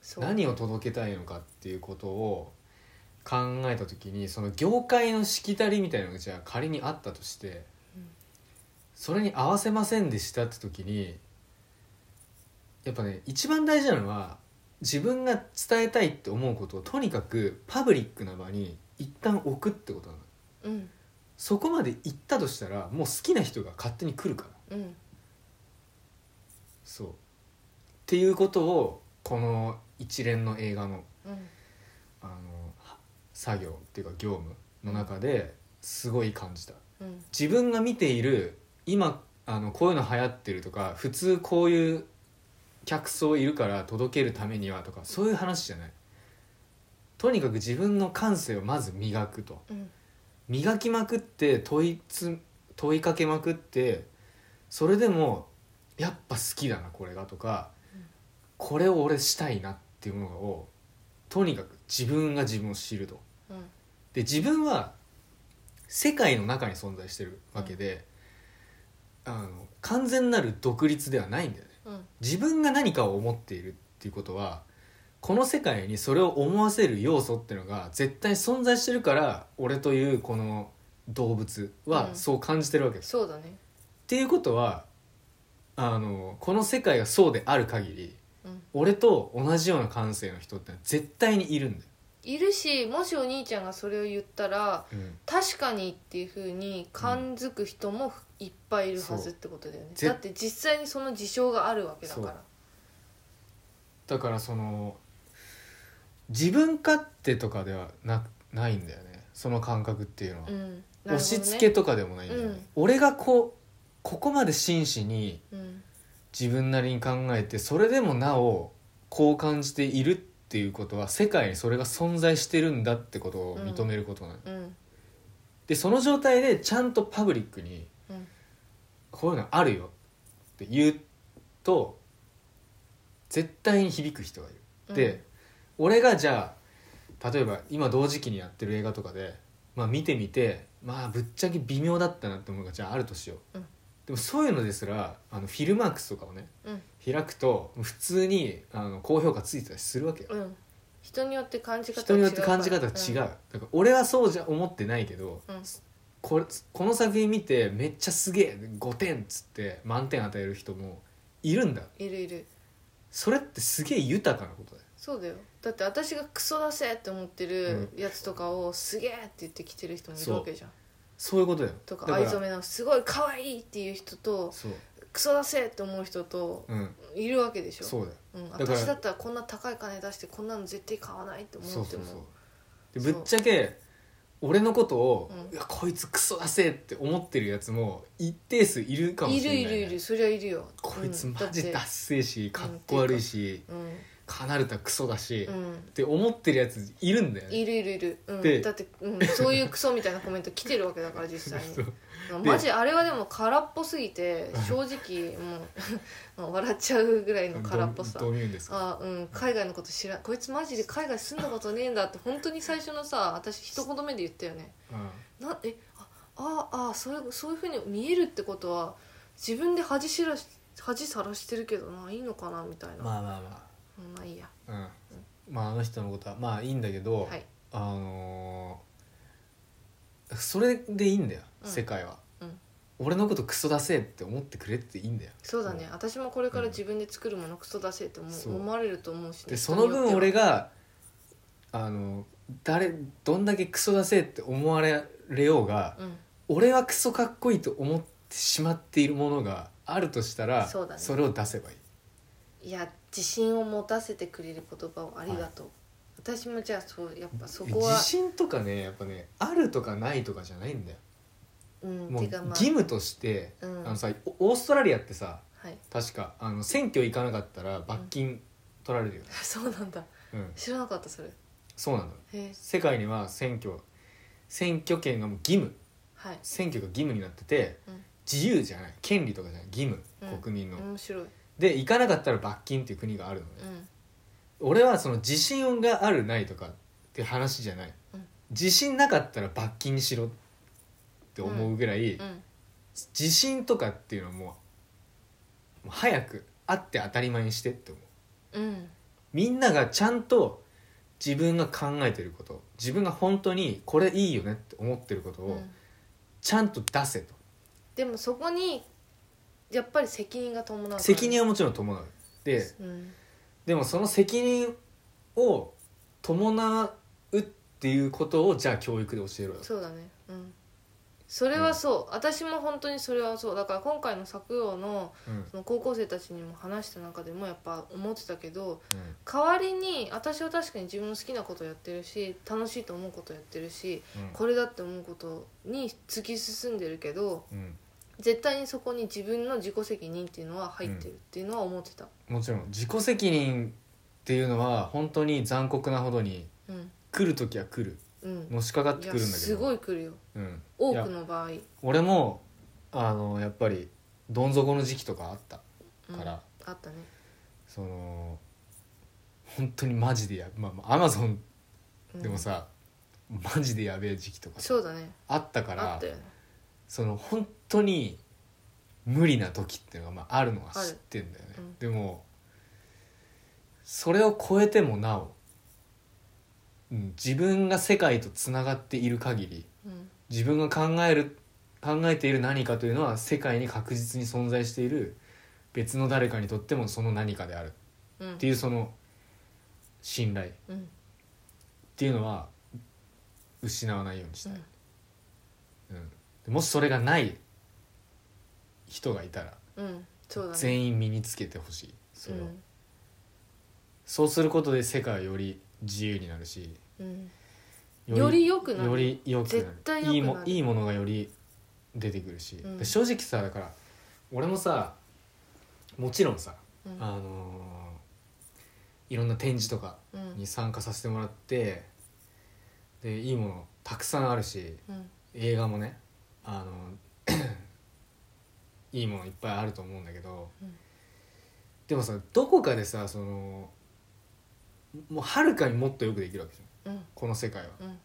Speaker 2: そう
Speaker 1: 何を届けたいのかっていうことを考えた時にその業界のしきたりみたいなのがじゃあ仮にあったとして
Speaker 2: うん
Speaker 1: それに合わせませんでしたって時にやっぱね一番大事なのは自分が伝えたいって思うことをとにかくパブリックな場に一旦置くってことなの
Speaker 2: うん
Speaker 1: そこまで行ったとしたらもう好きな人が勝手に来るから
Speaker 2: うん
Speaker 1: そうっていうことをこの一連の映画の
Speaker 2: うん
Speaker 1: あのは作業っていうか業務の中ですごい感じた
Speaker 2: うん
Speaker 1: 自分が見ている今あのこういうの流行ってるとか普通こういう客層いるから届けるためにはとかそういう話じゃないとにかく自分の感性をまず磨くと
Speaker 2: うん
Speaker 1: 磨きまくって問いつ問いかけまくってそれでもやっぱ好きだなこれがとか、
Speaker 2: うん
Speaker 1: これを俺したいなっていうものをとにかく自分が自分を知ると
Speaker 2: うん
Speaker 1: で自分は世界の中に存在してるわけで、あの完全なる独立ではないんだよね
Speaker 2: うん
Speaker 1: 自分が何かを思っているっていうことはこの世界にそれを思わせる要素っていうのが絶対存在してるから俺というこの動物は
Speaker 2: うん
Speaker 1: そう感じてるわけです、
Speaker 2: そうだね
Speaker 1: っていうことはあのこの世界がそうである限り
Speaker 2: うん
Speaker 1: 俺と同じような感性の人ってのは絶対にいるんだよ、
Speaker 2: いるしもしお兄ちゃんがそれを言ったら確かにっていうふうに感づく人もいっぱいいるはずってことだよね
Speaker 1: そう
Speaker 2: だって実際にその事象があるわけだから
Speaker 1: だからその自分勝手とかではなないんだよねその感覚っていうのは、
Speaker 2: うんなるほどね
Speaker 1: 押し付けとかでもないんだよね、
Speaker 2: うん
Speaker 1: 俺がこうここまで真摯に
Speaker 2: うん
Speaker 1: 自分なりに考えてそれでもなおこう感じているっていうことは世界にそれが存在してるんだってことを認めることなの、
Speaker 2: うん
Speaker 1: でその状態でちゃんとパブリックに
Speaker 2: うん
Speaker 1: こういうのあるよって言うと絶対に響く人がいる
Speaker 2: うん
Speaker 1: で、俺がじゃあ例えば今同時期にやってる映画とかで、まあ、見てみてまあぶっちゃけ微妙だったなって思うのがじゃああるとしよう、
Speaker 2: うん
Speaker 1: でもそういうのですらあのフィルマークスとかをね
Speaker 2: うん
Speaker 1: 開くと普通にあの高評価ついてたりするわけよ、
Speaker 2: うん人によって感じ方
Speaker 1: 人によって
Speaker 2: から
Speaker 1: 感じ方が違う、
Speaker 2: ん
Speaker 1: だから俺はそうじゃ思ってないけど
Speaker 2: うん
Speaker 1: これこの作品見てめっちゃすげえ5点っつって満点与える人もいるんだ
Speaker 2: いるいる
Speaker 1: それってすげえ豊かなことだよ
Speaker 2: そうだよだって私がクソだせって思ってるやつとかを「すげえ!」って言ってきてる人もいるわけじゃん
Speaker 1: そういうことだよ
Speaker 2: とか
Speaker 1: だ
Speaker 2: 藍染めのすごい可愛いっていう人と
Speaker 1: そう、
Speaker 2: クソだせって思う人と
Speaker 1: うん、
Speaker 2: いるわけでしょ
Speaker 1: そうだよ
Speaker 2: うん、
Speaker 1: だから
Speaker 2: 私だったらこんな高い金出してこんなの絶対買わないって思って
Speaker 1: そ
Speaker 2: も
Speaker 1: うそうそうで
Speaker 2: そう
Speaker 1: ぶっちゃけ俺のことを、
Speaker 2: うん
Speaker 1: いやこいつクソだせえって思ってるやつも一定数いるかも
Speaker 2: い
Speaker 1: しれ
Speaker 2: る
Speaker 1: ない、ね、
Speaker 2: いるいるそりゃいるよ
Speaker 1: こいつ
Speaker 2: うん
Speaker 1: マジダ
Speaker 2: だ
Speaker 1: ッ
Speaker 2: って
Speaker 1: セえしかっこ悪いし
Speaker 2: うん、
Speaker 1: かなるたクソだし、
Speaker 2: う
Speaker 1: っ
Speaker 2: ん、
Speaker 1: て思ってるやついるんだよね
Speaker 2: いるいるいる、うん、
Speaker 1: で
Speaker 2: だって、うん、そういうクソみたいなコメント来てるわけだから実際
Speaker 1: そ
Speaker 2: に
Speaker 1: う
Speaker 2: マジあれはでも空っぽすぎて正直もう まあ笑っちゃうぐらいの空っぽさ
Speaker 1: どうどう見るんですか
Speaker 2: あうん、海外のこと知らんこいつマジで海外住んだことねえんだって本当に最初のさ私一言目で言ったよね
Speaker 1: うん
Speaker 2: なえあああそういうそういうふうに見えるってことは自分で恥知らし恥さらしてるけどないいのかなみたいな、
Speaker 1: まあまあま
Speaker 2: うんまあいいや
Speaker 1: あうんまああの人のことはまあいいんだけど、
Speaker 2: はい
Speaker 1: あのーそれでいいんだよ、
Speaker 2: うん
Speaker 1: 世界は、
Speaker 2: うん
Speaker 1: 俺のことクソだせえって思ってくれっていいんだよ
Speaker 2: そうだね私もこれから自分で作るものクソ出せって思う
Speaker 1: そう
Speaker 2: 思われると思うしね、
Speaker 1: でその分俺
Speaker 2: が
Speaker 1: があの誰どんだけクソだせえって思われようが、
Speaker 2: うん
Speaker 1: 俺はクソかっこいいと思ってしまっているものがあるとしたら
Speaker 2: そうだね
Speaker 1: れを出せばいい
Speaker 2: いや自信を持たせてくれる言葉をありがとう、私もじゃあそうやっぱそこは
Speaker 1: 自信とかねやっぱねあるとかないとかじゃないんだよ
Speaker 2: うん
Speaker 1: もう
Speaker 2: て
Speaker 1: 義
Speaker 2: かまあ
Speaker 1: 務として、
Speaker 2: うん
Speaker 1: あのさオーストラリアってさ
Speaker 2: はい
Speaker 1: 確かあの選挙行かなかったら罰金取られるよね、
Speaker 2: そうなんだ
Speaker 1: うん
Speaker 2: 知らなかったそれへ
Speaker 1: そうなのよ
Speaker 2: え
Speaker 1: 世界には選挙選挙権がもう義務
Speaker 2: はい
Speaker 1: 選挙が義務になってて、
Speaker 2: うん
Speaker 1: 自由じゃない権利とかじゃない義務、
Speaker 2: うん
Speaker 1: 国民の、
Speaker 2: 面白い
Speaker 1: で行かなかったら罰金っていう国があるのね、
Speaker 2: うん
Speaker 1: 俺はその自信があるないとかって話じゃない、
Speaker 2: うん
Speaker 1: 自信なかったら罰金にしろって思うぐらい、
Speaker 2: うん
Speaker 1: 自信とかっていうのはもうもう早くあって当たり前にしてって思う
Speaker 2: うん
Speaker 1: みんながちゃんと自分が考えてること自分が本当にこれいいよねって思ってること
Speaker 2: う
Speaker 1: を
Speaker 2: ん
Speaker 1: ちゃんと出せと、
Speaker 2: でもそこにやっぱり責任が伴うからね
Speaker 1: 責任はもちろん伴うで
Speaker 2: うん
Speaker 1: でもその責任を伴うっていうことをじゃあ教育で教えろよ
Speaker 2: そうだねうんそれはそう、私も本当にそれはそうだから今回の作業の
Speaker 1: うんうん
Speaker 2: その高校生たちにも話した中でもやっぱ思ってたけど代わりに私は確かに自分の好きなことやってるし楽しいと思うことやってるし
Speaker 1: うん
Speaker 2: これだって思うことに突き進んでるけど
Speaker 1: うん
Speaker 2: 絶対にそこに自分の自己責任っていうのは入ってるっていうのは思ってた
Speaker 1: もちろん自己責任っていうのは本当に残酷なほどに
Speaker 2: うん
Speaker 1: 来る時は来る
Speaker 2: うん
Speaker 1: のしかかっ
Speaker 2: い
Speaker 1: てく
Speaker 2: や
Speaker 1: るんだけど
Speaker 2: すごい来るよ
Speaker 1: うん、
Speaker 2: 多
Speaker 1: いや
Speaker 2: くの場合
Speaker 1: 俺もあのやっぱりどん底の時期とかあった
Speaker 2: うん
Speaker 1: から、
Speaker 2: あったね
Speaker 1: その本当にマジでやまあアマゾン
Speaker 2: うん
Speaker 1: でもさ、マジでやべえ時期とか
Speaker 2: そうだね
Speaker 1: あったか
Speaker 2: あ
Speaker 1: ら
Speaker 2: ったよね
Speaker 1: その本当に無理な時っていうのが、まあ、あるのは知ってんだよね
Speaker 2: あるうん、
Speaker 1: でもそれを超えてもなお、うん、自分が世界とつながっている限り
Speaker 2: うん
Speaker 1: 自分が考える考えている何かというのは世界に確実に存在している別の誰かにとってもその何かであるっ
Speaker 2: うん
Speaker 1: ていうその信頼っ
Speaker 2: うん
Speaker 1: ていうのは失わないようにし
Speaker 2: う
Speaker 1: たい、
Speaker 2: ん
Speaker 1: うんでもしそれがない人がいたら
Speaker 2: うんそうだね
Speaker 1: 全員身につけてほしいそれを
Speaker 2: うん
Speaker 1: そうすることで世界はより自由になるし
Speaker 2: うんより良くなる
Speaker 1: より良くなる
Speaker 2: 絶対良くなる
Speaker 1: いいもいいものがより出てくるし、
Speaker 2: うん
Speaker 1: で正直さだから俺もさもちろんさ、
Speaker 2: うん
Speaker 1: あのーいろんな展示とか
Speaker 2: うん
Speaker 1: に参加させてもらってでいいものたくさんあるし
Speaker 2: うん
Speaker 1: 映画もねあの いいものいっぱいあると思うんだけど、
Speaker 2: うん
Speaker 1: でもさどこかでさそのもうはるかにもっとよくできるわけじゃん
Speaker 2: うん
Speaker 1: この世界は。
Speaker 2: うん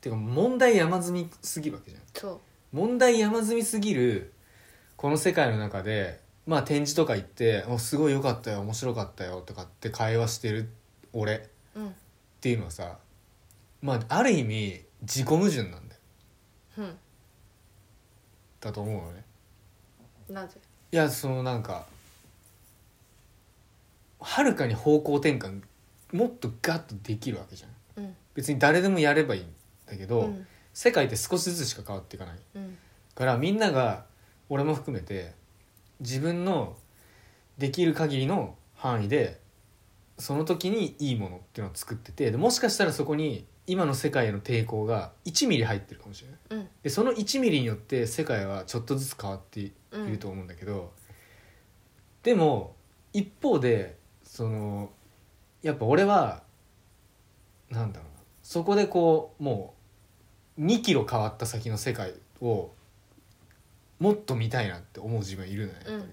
Speaker 1: ていうか問題山積みすぎるわけじゃん。
Speaker 2: そう
Speaker 1: 問題山積みすぎるこの世界の中でまあ展示とか行って「おすごい良かったよ面白かったよ」とかって会話してる俺
Speaker 2: うん
Speaker 1: っていうのはさまあある意味自己矛盾なんだよ
Speaker 2: うん
Speaker 1: だと思うよね
Speaker 2: なぜ
Speaker 1: いやそのなんかはるかに方向転換もっとガッとできるわけじゃん
Speaker 2: うん
Speaker 1: 別に誰でもやればいいんだけど、
Speaker 2: うん
Speaker 1: 世界って少しずつしか変わっていかない
Speaker 2: うん
Speaker 1: からみんなが俺も含めて自分のできる限りの範囲でその時にいいものっていうのを作っててでもしかしたらそこに今の世界への抵抗が1ミリ入ってるかもしれない
Speaker 2: うん
Speaker 1: でその1ミリによって世界はちょっとずつ変わってい
Speaker 2: うん
Speaker 1: ると思うんだけど、でも一方でそのやっぱ俺はなんだろうなそこでこうもう2キロ変わった先の世界をもっと見たいなって思う自分がいるのよやっぱり、
Speaker 2: うん
Speaker 1: だっ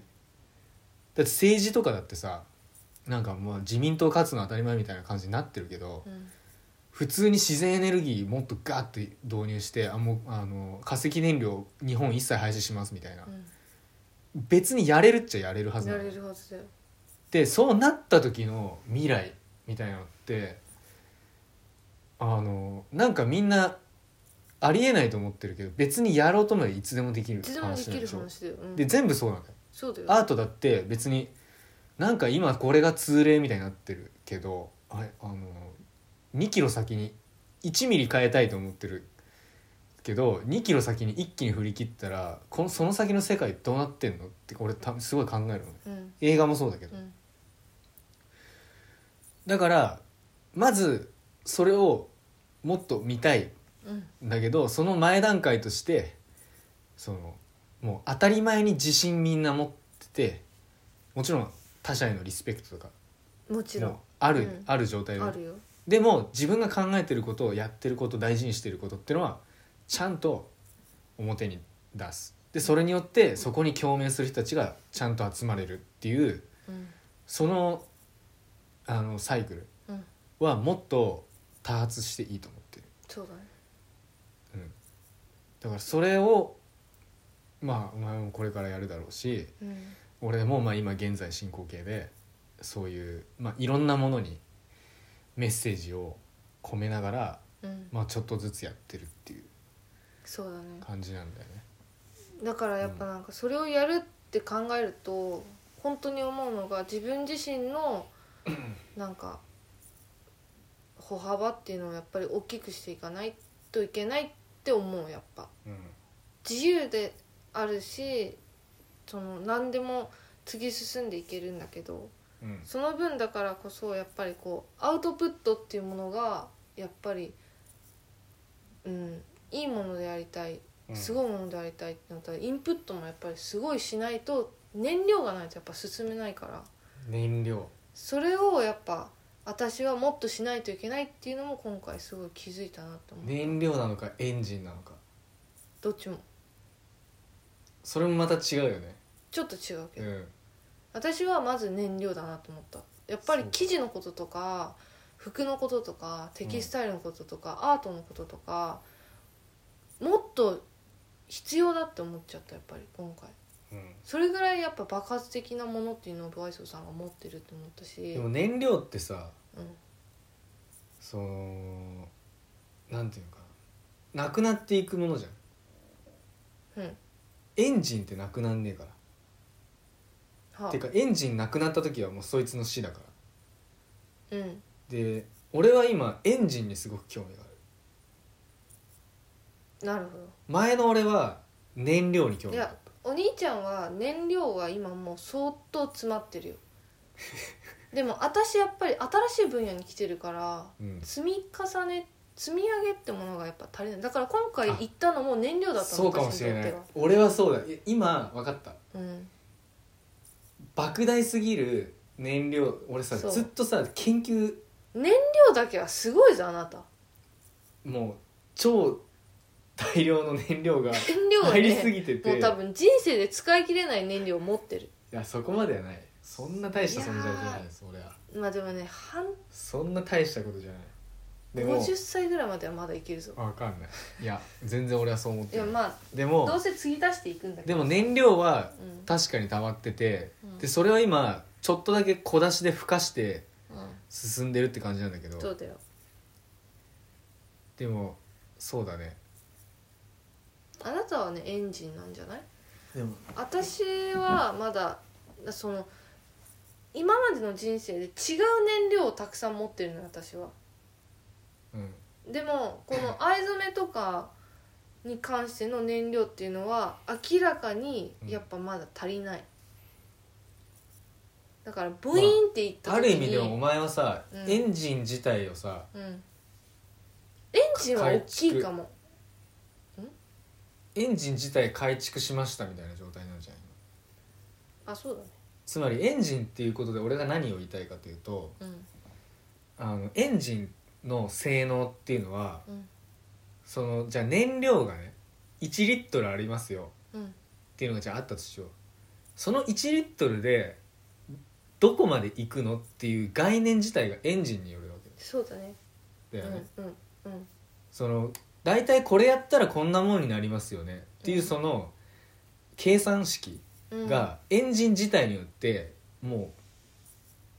Speaker 1: て政治とかだってさなんかまあ自民党勝つの当たり前みたいな感じになってるけど、
Speaker 2: うん
Speaker 1: 普通に自然エネルギーもっとガッと導入してあもうあの化石燃料日本一切廃止しますみたいな、別にやれるっちゃやれるは
Speaker 2: うん
Speaker 1: ず
Speaker 2: や
Speaker 1: な
Speaker 2: れ
Speaker 1: の
Speaker 2: るはずだよ
Speaker 1: でそうなった時の未来みたいなのってあのなんかみんなありえないと思ってるけど別にやろうと思えばいつでもできる
Speaker 2: いつでもで
Speaker 1: なん
Speaker 2: きる
Speaker 1: しょ
Speaker 2: 話だようん
Speaker 1: で全部そうなんだよ
Speaker 2: そうだよ
Speaker 1: アートだって別になんか今これが通例みたいになってるけどあれあの2キロ先に1ミリ変えたいと思ってるけど2キロ先に一気に振り切ったらこのその先の世界どうなってんのって俺たすごい考えるのね
Speaker 2: うん
Speaker 1: 映画もそうだけど
Speaker 2: うん
Speaker 1: だからまずそれをもっと見たい
Speaker 2: うん
Speaker 1: んだけどその前段階としてそのもう当たり前に自信みんな持っててもちろん他者へのリスペクトとか
Speaker 2: もちろん
Speaker 1: もうある、
Speaker 2: うん
Speaker 1: ある状態で
Speaker 2: あるよ
Speaker 1: でも自分が考えてることをやってること大事にしてることっていうのはちゃんと表に出すでそれによってそこに共鳴する人たちがちゃんと集まれるっていう
Speaker 2: うん
Speaker 1: そのあのサイクル
Speaker 2: うん
Speaker 1: はもっと多発していいと思ってる、
Speaker 2: そうだね
Speaker 1: うん、だからそれをまあお前もこれからやるだろうし
Speaker 2: うん
Speaker 1: 俺もまあ今現在進行形でそういう、まあ、いろんなものにメッセージを込めながら、
Speaker 2: うん
Speaker 1: まあ、ちょっとずつやってるっていう
Speaker 2: そうだね
Speaker 1: 感じなんだよね。
Speaker 2: だからやっぱなんかそれをやるって考えると本当に思うのが自分自身のなんか歩幅っていうのをやっぱり大きくしていかないといけないって思うやっぱ自由であるしその何でも次進んでいけるんだけど
Speaker 1: うん
Speaker 2: その分だからこそやっぱりこうアウトプットっていうものがやっぱりうんいいものでありたいすごいものでありたいってなったらインプットもやっぱりすごいしないと燃料がないとやっぱ進めないから
Speaker 1: 燃料
Speaker 2: それをやっぱ私はもっとしないといけないっていうのも今回すごい気づいたなと思う、
Speaker 1: 燃料なのかエンジンなのか
Speaker 2: どっちも
Speaker 1: それもまた違うよね。
Speaker 2: ちょっと違うけ
Speaker 1: う
Speaker 2: ど、
Speaker 1: ん
Speaker 2: 私はまず燃料だなと思ったやっぱり
Speaker 1: そう
Speaker 2: 生地のこととか服のこととかテキスタイルのこととか、アートのこととかもっと必要だって思っちゃったやっぱり今回
Speaker 1: うん
Speaker 2: それぐらいやっぱ爆発的なものっていうのをブアイソーさんが持ってるって思ったし
Speaker 1: でも燃料ってさ
Speaker 2: うん
Speaker 1: そのなんていうのかななくなっていくものじゃん
Speaker 2: うん
Speaker 1: エンジンってなくなんねえから。
Speaker 2: は
Speaker 1: てかエンジンなくなった時はもうそいつの死だから
Speaker 2: うん
Speaker 1: で俺は今エンジンにすごく興味がある
Speaker 2: なるほど
Speaker 1: 前の俺は燃料に興味
Speaker 2: い
Speaker 1: があ
Speaker 2: やお兄ちゃんは燃料が今もう相当詰まって るよでも私やっぱり新しい分野に来てるから
Speaker 1: るうん
Speaker 2: 積み重ね積み上げってものがやっぱ足りないだから今回行ったのも燃料だったの
Speaker 1: そうかもしれな
Speaker 2: 私
Speaker 1: い
Speaker 2: にとって
Speaker 1: 俺はそうだいや今分かった
Speaker 2: はうん
Speaker 1: 莫大すぎる燃料俺さ
Speaker 2: そう
Speaker 1: ずっとさ研究
Speaker 2: 燃料だけはすごいぞあなた
Speaker 1: もう超大量の燃料が
Speaker 2: 燃料は
Speaker 1: 入りす
Speaker 2: ね
Speaker 1: ぎて
Speaker 2: も
Speaker 1: て、
Speaker 2: う多分人生で使い切れない燃料を持ってる
Speaker 1: いやそこまではないそんな大した存在じゃないです俺は
Speaker 2: まあでもね半
Speaker 1: そんな大したことじゃないでも
Speaker 2: 50歳ぐらいまではまだいけるぞ
Speaker 1: 分かんないいや全然俺はそう思っ
Speaker 2: い
Speaker 1: て
Speaker 2: や
Speaker 1: ない
Speaker 2: まあ
Speaker 1: でも
Speaker 2: どうせ継ぎ足していくんだけ
Speaker 1: で
Speaker 2: ど
Speaker 1: も燃料は
Speaker 2: うん
Speaker 1: 確かに溜まってて、
Speaker 2: うん
Speaker 1: でそれは今ちょっとだけ小出しでふかして
Speaker 2: う
Speaker 1: 進んでるって感じなんだけ
Speaker 2: んそ
Speaker 1: ど
Speaker 2: うだよ
Speaker 1: でもそうだね
Speaker 2: あなたはねエンジンなんじゃない
Speaker 1: でも
Speaker 2: 私はまだその今までの人生で違う燃料をたくさん持ってるのよ私は
Speaker 1: うん
Speaker 2: でもこの藍染めとかに関しての燃料っていうのは明らかにやっぱまだ足りないだからブイーンっていった
Speaker 1: あ
Speaker 2: 時に、
Speaker 1: る意味でもお前はさ、
Speaker 2: うん
Speaker 1: エンジン自体をさ
Speaker 2: うん、エンジンは大きいかも
Speaker 1: エンジン自体改築しましたみたいな状態なんじゃないの
Speaker 2: あそうだね
Speaker 1: つまりエンジンっていうことで俺が何を言いたいかというと
Speaker 2: うん
Speaker 1: あのエンジンの性能っていうのは
Speaker 2: うん
Speaker 1: そのじゃあ燃料がね1リットルありますよ
Speaker 2: うん
Speaker 1: っていうのがじゃああったとしようその1リットルでどこまで行くのっていう概念自体がエンジンによるわ
Speaker 2: そうだね
Speaker 1: けだよね、
Speaker 2: うんうんうん
Speaker 1: その大体これやったらこんなもんになりますよねっていうその計算式
Speaker 2: うん
Speaker 1: がエンジン自体によっても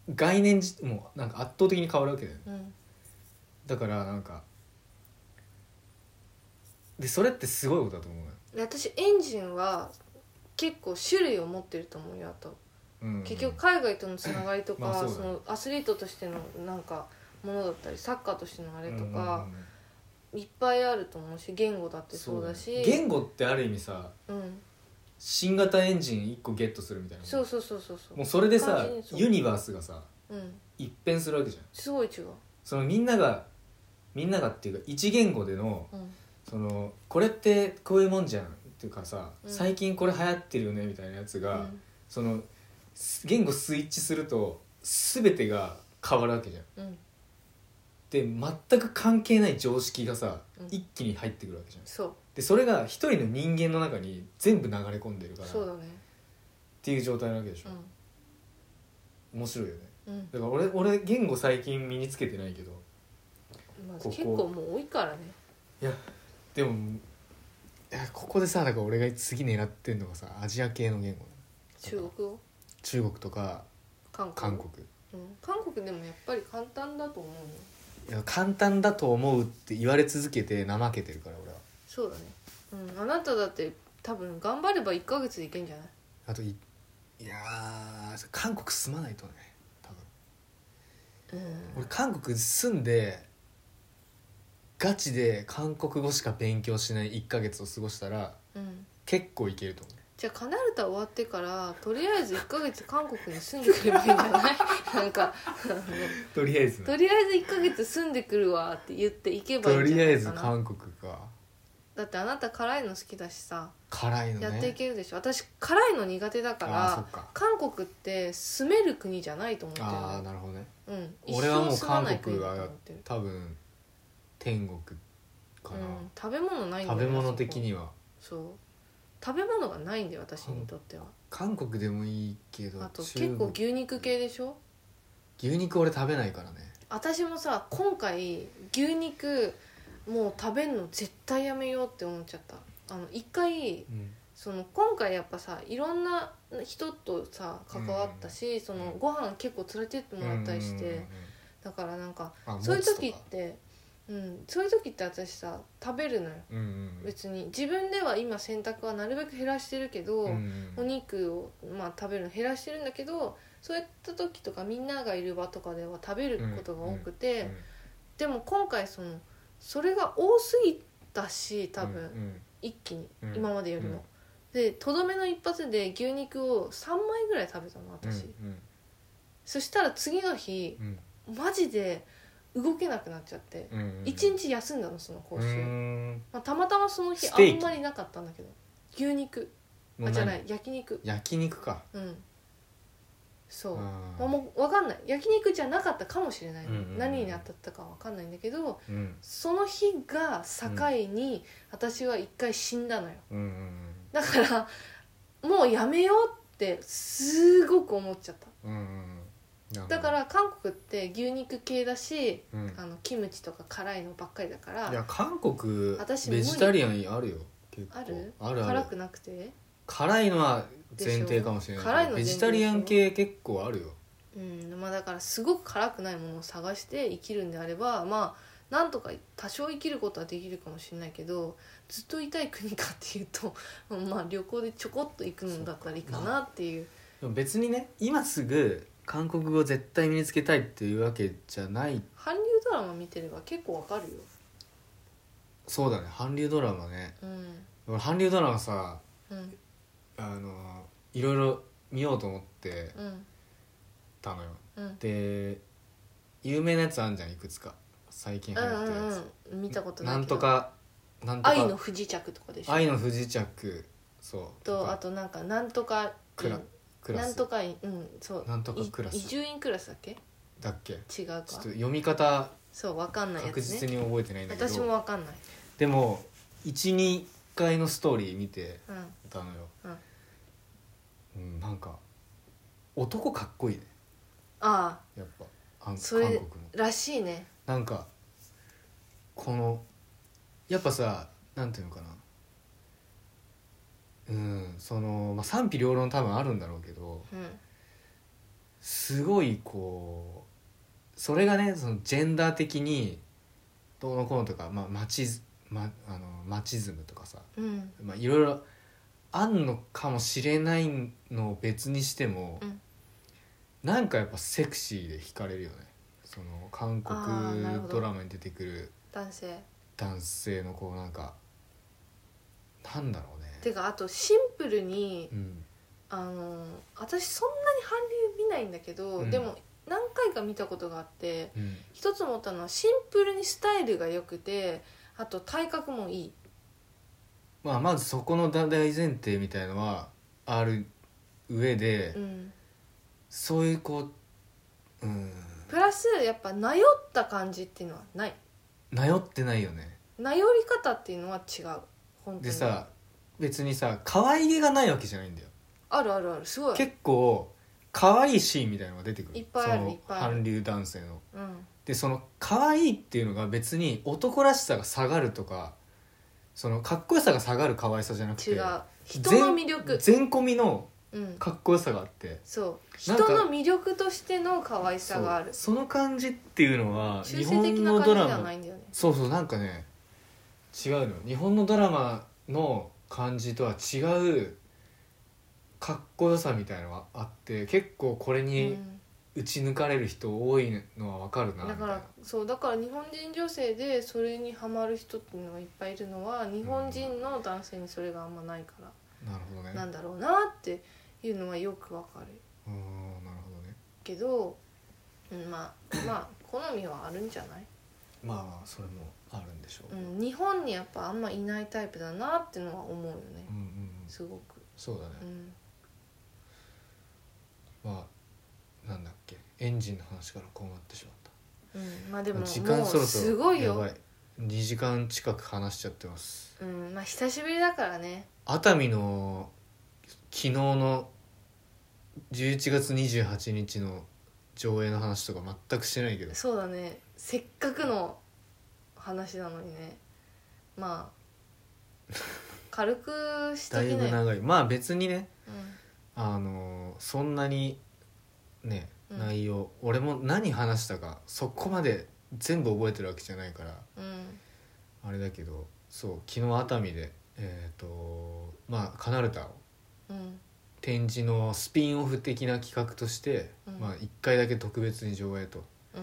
Speaker 1: う概念じもうなんか圧倒的に変わるわけだよね
Speaker 2: うん
Speaker 1: だからなんかでそれってすごいことだと思うよ
Speaker 2: で私エンジンは結構種類を持ってると思うよあと、
Speaker 1: うん
Speaker 2: 結局海外とのつながりとか、
Speaker 1: まあそうだね
Speaker 2: そのアスリートとしてのなんかものだったりサッカーとしてのあれと
Speaker 1: うん
Speaker 2: か、
Speaker 1: うんうん
Speaker 2: いっぱいあると思うし言語だってそうだ
Speaker 1: よ
Speaker 2: し
Speaker 1: ね言語ってある意味さ
Speaker 2: うん、
Speaker 1: 新型エンジン1個ゲットするみたいなもん
Speaker 2: そうそうそうそうそ
Speaker 1: もうそれで
Speaker 2: 完
Speaker 1: さ
Speaker 2: 全にそう
Speaker 1: ユニバースがさ
Speaker 2: う、うん、
Speaker 1: 一変するわけじゃん
Speaker 2: すごい違う、
Speaker 1: そのみんながみんながっていうか一言語での
Speaker 2: うん
Speaker 1: そのこれってこういうもんじゃんっていうかさ、
Speaker 2: うん
Speaker 1: 最近これ流行ってるよねみたいなやつ
Speaker 2: う
Speaker 1: が、
Speaker 2: ん
Speaker 1: そのす言語スイッチすると全てが変わるわけじゃん
Speaker 2: うん、
Speaker 1: で全く関係ない常識がさ、
Speaker 2: うん
Speaker 1: 一気に入ってくるわけじゃん
Speaker 2: そう
Speaker 1: でそれが一人の人間の中に全部流れ込んでるから
Speaker 2: そう
Speaker 1: っ
Speaker 2: だね
Speaker 1: ていう状態なわけでしょ、面白いよね
Speaker 2: うん、うん
Speaker 1: だから俺俺言語最近身につけてないけど
Speaker 2: まあ、
Speaker 1: ここ
Speaker 2: 結構もう多いからね
Speaker 1: でもいやここでさだから俺が次狙ってんのがさアジア系の言語
Speaker 2: 中国語
Speaker 1: 中国とか
Speaker 2: 韓国
Speaker 1: 韓国
Speaker 2: うん、韓国でもやっぱり簡単だと思うよ
Speaker 1: いや簡単だと思うって言われ続けて怠けてるから俺は
Speaker 2: そうだねうんあなただって多分頑張れば1ヶ月でいけんじゃない
Speaker 1: あといいやー韓国住まないとね多分
Speaker 2: うん
Speaker 1: 俺韓国住んでガチで韓国語しか勉強しない1ヶ月を過ごしたら
Speaker 2: うん
Speaker 1: 結構いけると思う
Speaker 2: じゃあカナルタ終わってからとりあえず1ヶ月韓国に住んでくればいいんじゃ ないなんかあ
Speaker 1: とりあえず
Speaker 2: のとりあえず1ヶ月住んでくるわって言って行けばいい
Speaker 1: と
Speaker 2: んじゃ
Speaker 1: りあ
Speaker 2: な
Speaker 1: え
Speaker 2: い
Speaker 1: ず
Speaker 2: かな
Speaker 1: 韓国か
Speaker 2: だってあなた辛いの好きだしさ、
Speaker 1: 辛いのね
Speaker 2: やっていけるでしょ私辛いの苦手だか
Speaker 1: あーそ
Speaker 2: ら
Speaker 1: っか
Speaker 2: 韓国って住める国じゃないと思ってるの
Speaker 1: ああなるほどね
Speaker 2: うん、
Speaker 1: 俺はもう
Speaker 2: 一生住ま
Speaker 1: 韓
Speaker 2: ない国
Speaker 1: 国
Speaker 2: だと
Speaker 1: は
Speaker 2: 思ってる
Speaker 1: 多分天国かな、
Speaker 2: うん、食べ物ないんだ
Speaker 1: 食
Speaker 2: よ
Speaker 1: べ物的
Speaker 2: あ
Speaker 1: には
Speaker 2: そこそう食べ物がないんだよ私にとっては
Speaker 1: 韓国でもいいけど
Speaker 2: あと
Speaker 1: 中
Speaker 2: 結
Speaker 1: 国
Speaker 2: 構牛肉系でしょ
Speaker 1: 牛肉俺食べないからね
Speaker 2: 私もさ今回牛肉もう食べんの絶対やめようって思っちゃったあの一回
Speaker 1: うん
Speaker 2: その今回やっぱさいろんな人とさ関わったし、そのご飯結構連れてってもらったりして、
Speaker 1: うんうんうん
Speaker 2: だからなんか
Speaker 1: うんあ
Speaker 2: そういう
Speaker 1: もつ
Speaker 2: 時
Speaker 1: と
Speaker 2: っ
Speaker 1: か
Speaker 2: てうんそういう時って私さ食べるのよ
Speaker 1: うんうん
Speaker 2: 別に自分では今選択はなるべく減らしてるけど、
Speaker 1: うんう
Speaker 2: お
Speaker 1: ん
Speaker 2: 肉を、まあ、食べるの減らしてるんだけどそういった時とかみんながいる場とかでは食べることが多くて、
Speaker 1: うん
Speaker 2: でも今回そのそれが多すぎたし多分、
Speaker 1: うん
Speaker 2: 一気に、
Speaker 1: うん
Speaker 2: 今までよりも。
Speaker 1: うん
Speaker 2: でとどめの一発で牛肉を3枚ぐらい食べたの私、
Speaker 1: うん
Speaker 2: そしたら次の日
Speaker 1: うん
Speaker 2: マジで動けなくなっちゃって、
Speaker 1: うんうん
Speaker 2: 一1日休んだのその講習、
Speaker 1: うん
Speaker 2: まあ、たまたまその日
Speaker 1: ス
Speaker 2: あ
Speaker 1: テー
Speaker 2: ん
Speaker 1: キ
Speaker 2: まりなかったんだけど牛肉
Speaker 1: もう
Speaker 2: あ
Speaker 1: 何
Speaker 2: じゃない焼肉
Speaker 1: 焼肉か
Speaker 2: うんそう、
Speaker 1: あ
Speaker 2: まあ
Speaker 1: ー
Speaker 2: もう分かんない焼肉じゃなかったかもしれない、
Speaker 1: うんうんうん
Speaker 2: 何に当たったか分かんないんだけど
Speaker 1: うん
Speaker 2: その日が境に私は一回死んだのよ
Speaker 1: うんうん
Speaker 2: だからもうやめようってすごく思っちゃった
Speaker 1: うんうんうん
Speaker 2: だから韓国って牛肉系だし
Speaker 1: うん
Speaker 2: あのキムチとか辛いのばっかりだか
Speaker 1: い
Speaker 2: ら
Speaker 1: や韓国
Speaker 2: 私無理
Speaker 1: ベジタリアンあるよ結構
Speaker 2: ある
Speaker 1: あるある
Speaker 2: 辛くなくて
Speaker 1: 辛いのは前提かもしれないけど
Speaker 2: 辛いの前提
Speaker 1: ベジタリアン系結構あるよ
Speaker 2: うんまあだからすごく辛くないものを探して生きるんであればまあなんとか多少生きることはできるかもしれないけどずっといたい国かっていうと まあ旅行でちょこっと行くのだったらいいかなっていう
Speaker 1: でも別にね今すぐ韓国語絶対身につけたいっていうわけじゃない
Speaker 2: 韓流ドラマ見てれば結構わかるよ
Speaker 1: そうだね韓流ドラマね
Speaker 2: うん
Speaker 1: 俺韓流ドラマさ
Speaker 2: うん
Speaker 1: あのいろいろ見ようと思って
Speaker 2: うん
Speaker 1: たのよ
Speaker 2: うん
Speaker 1: で有名なやつあんじゃんいくつか最近流
Speaker 2: う
Speaker 1: 行
Speaker 2: ん
Speaker 1: ってるやつ、
Speaker 2: うんうん見たことない
Speaker 1: な
Speaker 2: けど
Speaker 1: んとかなんとか
Speaker 2: 愛の不時着とかでしょ
Speaker 1: 愛の不時着そう
Speaker 2: とあとなんかなんとか
Speaker 1: クラクラ
Speaker 2: な
Speaker 1: ス
Speaker 2: んとかいうんそう
Speaker 1: なんとかクラス
Speaker 2: い伊集院クラスだっけ
Speaker 1: だっけ
Speaker 2: 違うか
Speaker 1: ちょっと読み方
Speaker 2: そうわかんないや
Speaker 1: 確
Speaker 2: つ
Speaker 1: 実
Speaker 2: ね
Speaker 1: に覚えてないんだけど
Speaker 2: 私もわかんない
Speaker 1: でも12回のストーリー見て
Speaker 2: うん
Speaker 1: たのよ、
Speaker 2: うん
Speaker 1: うんなんか男かっこいいね
Speaker 2: あ
Speaker 1: やっぱあの
Speaker 2: あ
Speaker 1: 韓
Speaker 2: そ
Speaker 1: 国
Speaker 2: れ
Speaker 1: の
Speaker 2: らしいね
Speaker 1: なんかこのやっぱさなんていうのかなうんその、まあ、賛否両論多分あるんだろうけど
Speaker 2: うん
Speaker 1: すごいこうそれがねそのジェンダー的にどうのこうのとか、まあ、マチズまあのマチズムとかさ
Speaker 2: うん
Speaker 1: まあ、いろいろあんのかもしれないのを別にしても、
Speaker 2: うん
Speaker 1: なんかやっぱセクシーで惹かれるよねその韓
Speaker 2: あーなるほ
Speaker 1: 国
Speaker 2: ど
Speaker 1: ドラマに出てくる
Speaker 2: 男性
Speaker 1: 男性のこうなんかなんだろうね
Speaker 2: てかあとシンプルに
Speaker 1: うん、
Speaker 2: あの私そんなに韓流見ないんだけど、
Speaker 1: うん
Speaker 2: でも何回か見たことがあって
Speaker 1: うん、
Speaker 2: 一つ思ったのはシンプルにスタイルが良くてあと体格もいい
Speaker 1: まあまずそこの大前提みたいのはある上で、
Speaker 2: うん
Speaker 1: そういうこううん
Speaker 2: プラスやっぱなよった感じっていうのはない
Speaker 1: なよってないよね
Speaker 2: なより方っていうのは違う本当に
Speaker 1: でさ別にさ可愛げがないわけじゃないんだよ
Speaker 2: あるあるあるすごい
Speaker 1: 結構可愛いシーンみたいなのが出てくる
Speaker 2: いっぱいある
Speaker 1: その
Speaker 2: いっぱいある
Speaker 1: 韓流男性の
Speaker 2: うん
Speaker 1: でその可愛いっていうのが別に男らしさが下がるとかそのかっこよさが下がる可愛さじゃなくて
Speaker 2: 違う人の魅力
Speaker 1: 全込みの
Speaker 2: うん
Speaker 1: かっこよさがあって
Speaker 2: そう人
Speaker 1: なんか
Speaker 2: の魅力としての可愛さがある
Speaker 1: そうその感じっていうのは
Speaker 2: 中
Speaker 1: 日
Speaker 2: 性的
Speaker 1: 本の
Speaker 2: な感じ
Speaker 1: ド
Speaker 2: で
Speaker 1: ラ
Speaker 2: はな
Speaker 1: マ
Speaker 2: いんだよね
Speaker 1: そうそうなんかね違うのよ日本のドラマの感じとは違うかっこよさみたいなのがあって結構これに、打ち抜かれる人多いのはわかる
Speaker 2: う、
Speaker 1: なんみた
Speaker 2: だ
Speaker 1: いな
Speaker 2: からそうだから日本人女性でそれにハマる人っていうのがいっぱいいるのは日本人の男性にそれがあんまないから、
Speaker 1: なるほどね
Speaker 2: なんだろうなっていうのはよくわかる
Speaker 1: うーんなるほどね
Speaker 2: けど、うん、まあまあ好みはあるんじゃない、
Speaker 1: まあまあそれもあるんでしょう、
Speaker 2: うん、日本にやっぱあんまいないタイプだなってのは思うよね
Speaker 1: うんうんうん
Speaker 2: すごく、
Speaker 1: そうだね
Speaker 2: う、ん、
Speaker 1: まあなんだっけエンジンの話からこうなってしまった
Speaker 2: うん、まあでももう
Speaker 1: 時間そろそろ
Speaker 2: すごい
Speaker 1: やば
Speaker 2: よ、
Speaker 1: い2時間近く話しちゃってます
Speaker 2: うん、まあ久しぶりだからね
Speaker 1: 熱海の昨日の11月28日の上映の話とか全くしてないけど
Speaker 2: そうだねせっかくの話なのにねまあ軽くしと
Speaker 1: だい
Speaker 2: きな
Speaker 1: ぶ
Speaker 2: い
Speaker 1: 長いまあ別にね
Speaker 2: うん
Speaker 1: あのーそんなにね
Speaker 2: うん
Speaker 1: 内容、俺も何話したかそこまで全部覚えてるわけじゃないから
Speaker 2: うん
Speaker 1: あれだけどそう昨日熱海でえっ、とまあカナルタを
Speaker 2: うん
Speaker 1: 展示のスピンオフ的な企画として、
Speaker 2: うん
Speaker 1: まあ1回だけ特別に上映と
Speaker 2: う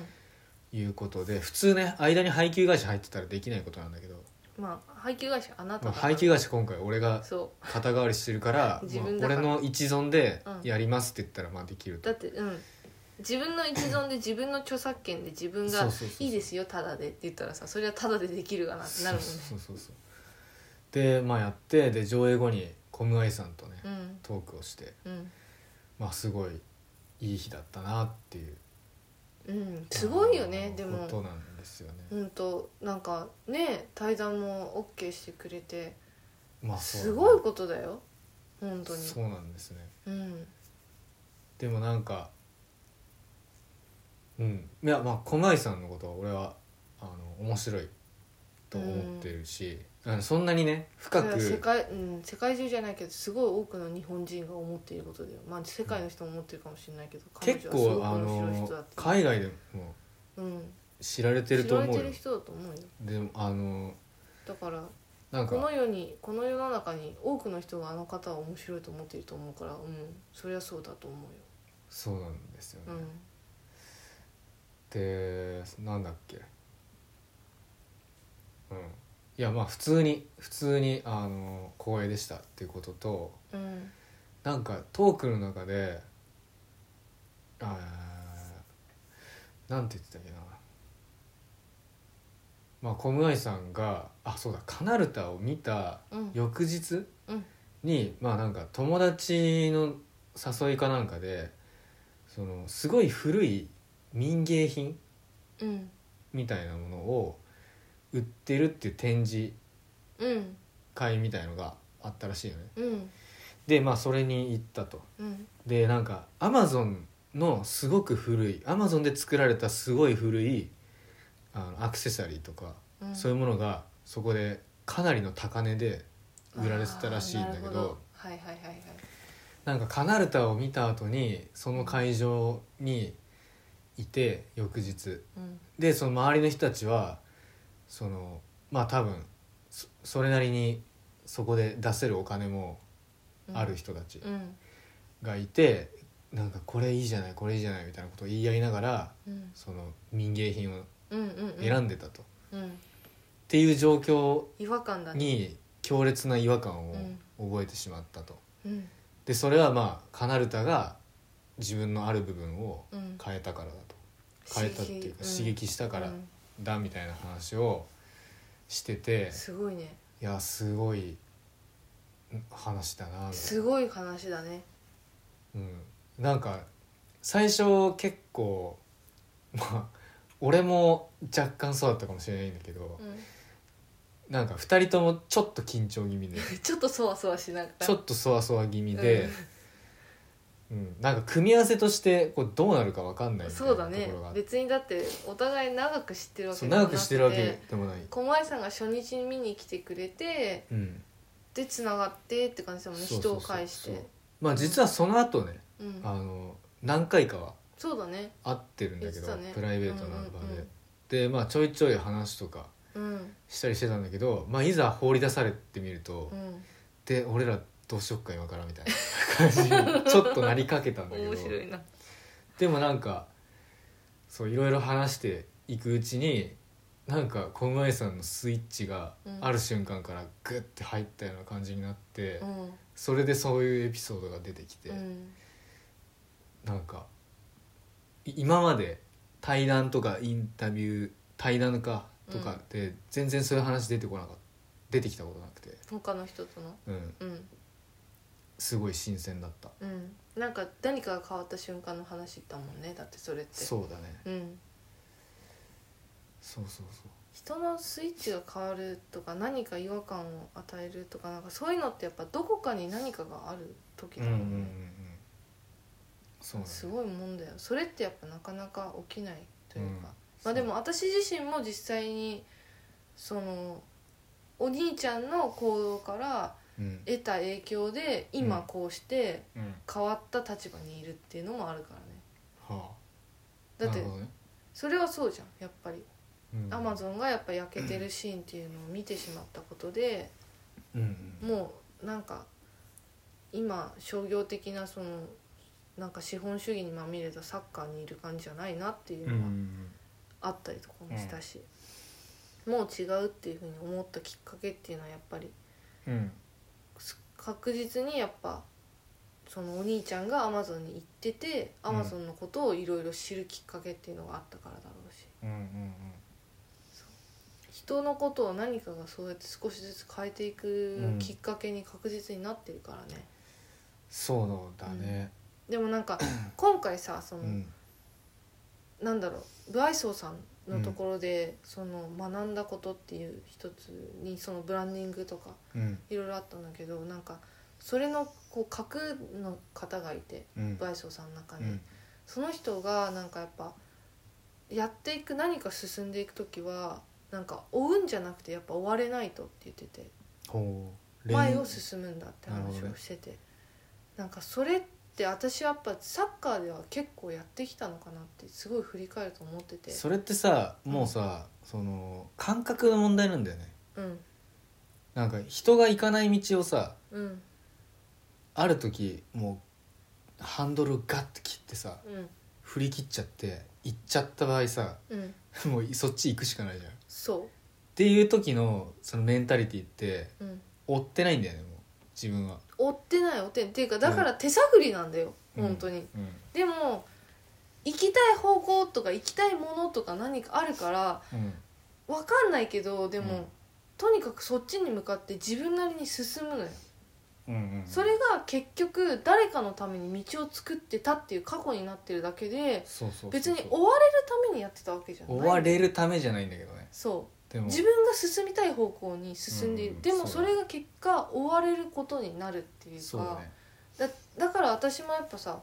Speaker 2: ん
Speaker 1: いうことで普通ね間に配給会社入ってたらできないことなんだけど、
Speaker 2: まあ配給会社あなた
Speaker 1: まあ、
Speaker 2: だから
Speaker 1: 配給会社今回俺が
Speaker 2: そ
Speaker 1: 肩代わりしてるから
Speaker 2: 自分
Speaker 1: ま
Speaker 2: だ
Speaker 1: あ俺
Speaker 2: から
Speaker 1: の一存で
Speaker 2: うん
Speaker 1: やりますって言ったらまあできる
Speaker 2: う
Speaker 1: と
Speaker 2: だってうん自分の一存で自分の著作権で自分
Speaker 1: そ
Speaker 2: が
Speaker 1: うそうそう
Speaker 2: 「いいですよタダで」って言ったらさそれはタダでできるかなってなるもんね
Speaker 1: そうそうそうそうでまあやってで上映後にコムアイさんとね、
Speaker 2: うん
Speaker 1: トークをして
Speaker 2: うん
Speaker 1: まあすごいいい日だったなっていう
Speaker 2: うんすごいよ
Speaker 1: あ
Speaker 2: ね
Speaker 1: の
Speaker 2: でも
Speaker 1: ことなんですよね、
Speaker 2: うんとなんかね対談も OK してくれて
Speaker 1: まあそう
Speaker 2: すごいことだよ本当に
Speaker 1: そうなんですね
Speaker 2: うん
Speaker 1: でもなんかうんいやまあコムアイさんのことは俺はあの面白いと思ってるし、あのそんなにね深
Speaker 2: それは世
Speaker 1: く
Speaker 2: 界,、うん、世界中じゃないけどすごい多くの日本人が思っていることだよまあ世界の人も思ってるかもしれないけど、彼
Speaker 1: 結
Speaker 2: 女はすご
Speaker 1: 構
Speaker 2: く
Speaker 1: あ
Speaker 2: 面白い
Speaker 1: の
Speaker 2: 人だって
Speaker 1: 海外でも
Speaker 2: うん
Speaker 1: 知られてる
Speaker 2: 知
Speaker 1: と
Speaker 2: られ
Speaker 1: 思う
Speaker 2: て
Speaker 1: よ
Speaker 2: る人だと思うよ
Speaker 1: でもあの
Speaker 2: だから
Speaker 1: なん
Speaker 2: この
Speaker 1: か
Speaker 2: 世にこの世の中に多くの人があの方は面白いと思っていると思うからうんそりゃそうだと思う
Speaker 1: そうなんですよね、
Speaker 2: よ、うん、
Speaker 1: でなんだっけうんいやまあ普通に普通にあの光栄でしたっていうことと
Speaker 2: うん
Speaker 1: なんかトークの中であーなんて言ってたっけなまあコムアイさんがあそうだカナルタを見た
Speaker 2: うん
Speaker 1: 翌日
Speaker 2: うん
Speaker 1: に、まあなんか友達の誘いかなんかでそのすごい古い民芸品
Speaker 2: うん
Speaker 1: みたいなものを売ってるっていう展示
Speaker 2: うん
Speaker 1: 会みたいのがあったらしいよね
Speaker 2: うん
Speaker 1: でまあそれに行ったと
Speaker 2: うん
Speaker 1: でなんかアマゾンのすごく古いアマゾンで作られたすごい古いあのアクセサリーとか、
Speaker 2: うん
Speaker 1: そういうものがそこでかなりの高値で売られてたらしいんだけ
Speaker 2: あーな
Speaker 1: ど
Speaker 2: るほはいはいはいはい
Speaker 1: なんかカナルタを見た後にその会場にいて翌日
Speaker 2: うん
Speaker 1: でその周りの人たちはそのまあ多分そそれなりにそこで出せるお金も
Speaker 2: うん
Speaker 1: ある人たち
Speaker 2: うん
Speaker 1: がいて、なんかこれいいじゃないこれいいじゃないみたいなことを言い合いながら
Speaker 2: うん
Speaker 1: その民芸品を
Speaker 2: うんうんうん
Speaker 1: 選んでたと、っ
Speaker 2: うん
Speaker 1: ていう状況
Speaker 2: 違和感だね
Speaker 1: に強烈な違和感を覚えてしまったと。
Speaker 2: うん
Speaker 1: でそれはまあカナルタが自分のある部分を
Speaker 2: うん
Speaker 1: 変えたからだと変えたっていうか刺激した
Speaker 2: だ
Speaker 1: からだみたいな話をしてて
Speaker 2: すごいね
Speaker 1: いやすごいん話だなみたい
Speaker 2: すごい話だね
Speaker 1: な、うん、なんか最初結構まあ俺も若干そうだったかもしれないんだけど
Speaker 2: うん
Speaker 1: なんか2人ともちょっと緊張気味で
Speaker 2: ちょっとそわそわしながら
Speaker 1: ちょっとそわそわ気味で、うん、なんか組み合わせとしてこうどうなるか分かんないみたい
Speaker 2: そ
Speaker 1: な
Speaker 2: う
Speaker 1: と
Speaker 2: だね
Speaker 1: ころがあって
Speaker 2: 別にだってお互い長く知ってるわけ
Speaker 1: そう
Speaker 2: でも
Speaker 1: 長
Speaker 2: な
Speaker 1: くしてるわけ
Speaker 2: て
Speaker 1: でもない、
Speaker 2: 狛江さんが初日に見に来てくれて
Speaker 1: うん、
Speaker 2: でつながってって感じだもんね
Speaker 1: そうそう
Speaker 2: 人
Speaker 1: そう
Speaker 2: を介して
Speaker 1: そうまあ実はその後ね、
Speaker 2: うん
Speaker 1: あの何回かは
Speaker 2: そうだね
Speaker 1: 会ってるんだけど、
Speaker 2: 言ってたね
Speaker 1: プライベートな場で、
Speaker 2: うんうんうん
Speaker 1: でまあちょいちょい話とか
Speaker 2: うん
Speaker 1: したりしてたんだけど、まあ、いざ放り出されてみると、
Speaker 2: うん
Speaker 1: で俺らどうしよっか今からみたいな 感じにちょっとなりかけたんだけど
Speaker 2: 面白いな
Speaker 1: でもなんかそういろいろ話していくうちになんか小林さんのスイッチが
Speaker 2: うん
Speaker 1: ある瞬間からグッて入ったような感じになって、
Speaker 2: うん
Speaker 1: それでそういうエピソードが出てきて、
Speaker 2: うん
Speaker 1: なんかい今まで対談とかインタビュー対談かとかで全然そういう話出てこなかった出てきたことなくて、
Speaker 2: 他の人との
Speaker 1: うん、
Speaker 2: うん
Speaker 1: すごい新鮮だった
Speaker 2: うんなんか何かが変わった瞬間の話だもんねだってそれって
Speaker 1: そうだね
Speaker 2: うん
Speaker 1: そうそうそう
Speaker 2: 人のスイッチが変わるとか何か違和感を与えるとかなんかそういうのってやっぱどこかに何かがある時だもんね、
Speaker 1: そうだね
Speaker 2: すごいもんだよそれってやっぱなかなか起きないというか、
Speaker 1: うん
Speaker 2: まあでも私自身も実際にそのお兄ちゃんの行動から
Speaker 1: うん
Speaker 2: 得た影響で
Speaker 1: う
Speaker 2: 今
Speaker 1: ん
Speaker 2: こうして
Speaker 1: うん
Speaker 2: 変わった立場にいるっていうのもあるからね
Speaker 1: はあ
Speaker 2: だっ
Speaker 1: な
Speaker 2: て
Speaker 1: るほどね
Speaker 2: それはそうじゃんやっぱり
Speaker 1: うん
Speaker 2: アマゾンがやっぱ焼けてるシーンっていうのを見てしまったことで
Speaker 1: うんうん
Speaker 2: もうなんか今商業的なそのなんか資本主義にまみれたサッカーにいる感じじゃないなっていう
Speaker 1: うんう
Speaker 2: の
Speaker 1: んう
Speaker 2: は
Speaker 1: ん
Speaker 2: あったりとかもしたし、もう違うっていうふうに思ったきっかけっていうのはやっぱり
Speaker 1: うん
Speaker 2: す確実にやっぱそのお兄ちゃんがアマゾンに行ってて
Speaker 1: うん
Speaker 2: アマゾンのことをいろいろ知るきっかけっていうのがあったからだろうし
Speaker 1: うんうん
Speaker 2: 人のことを何かがそうやって少しずつ変えていく
Speaker 1: うん
Speaker 2: きっかけに確実になってるからね、
Speaker 1: そうだね
Speaker 2: でもな んか今回さその、
Speaker 1: うん
Speaker 2: なんだろうブアイソーさんのところで、その学んだことっていう一つにそのブランディングとか
Speaker 1: うん
Speaker 2: いろいろあったんだけどなんかそれのこう核の方がいて
Speaker 1: うん
Speaker 2: バイソーさんの中
Speaker 1: う
Speaker 2: に、
Speaker 1: ん
Speaker 2: その人がなんかやっぱやっていく何か進んでいく時はなんか追うんじゃなくてやっぱ追われないとって言ってて
Speaker 1: ほう
Speaker 2: 前を進むんだって
Speaker 1: なるほ
Speaker 2: 話
Speaker 1: ど
Speaker 2: を
Speaker 1: ね
Speaker 2: してて、なんかそれって私はやっぱサッカーでは結構やってきたのかなってすごい振り返ると思ってて
Speaker 1: それってさもうさ、その感覚の問題なんだよね
Speaker 2: うん
Speaker 1: なんか人が行かない道をさ
Speaker 2: うん
Speaker 1: ある時もうハンドルガッて切ってさ
Speaker 2: うん
Speaker 1: 振り切っちゃって行っちゃった場合さ
Speaker 2: うん
Speaker 1: もうそっち行くしかないじゃんっ
Speaker 2: そ
Speaker 1: ていう時のそのメンタリティって
Speaker 2: う、うん、
Speaker 1: 追ってないんだよねもう自分は
Speaker 2: 追ってない追ってないっていうかだから手探りなんだよ、
Speaker 1: うん
Speaker 2: 本当に
Speaker 1: うん
Speaker 2: でも行きたい方向とか行きたいものとか何かあるから
Speaker 1: うん
Speaker 2: 分かんないけどでも、
Speaker 1: うん
Speaker 2: とにかくそっちに向かって自分なりに進むのよ
Speaker 1: うんうん
Speaker 2: それが結局誰かのために道を作ってたっていう過去になってるだけで
Speaker 1: そうそうそうそう
Speaker 2: 別に追われるためにやってたわけじゃない
Speaker 1: 追われるためじゃないんだけどね
Speaker 2: そ
Speaker 1: で
Speaker 2: う
Speaker 1: も
Speaker 2: 自分が進みたい方向に進んでいる、
Speaker 1: うん
Speaker 2: でも
Speaker 1: そ
Speaker 2: そう
Speaker 1: だ
Speaker 2: れが結果追われることになるっていう
Speaker 1: そうだ
Speaker 2: か
Speaker 1: ね
Speaker 2: だ,、だから私もやっぱさ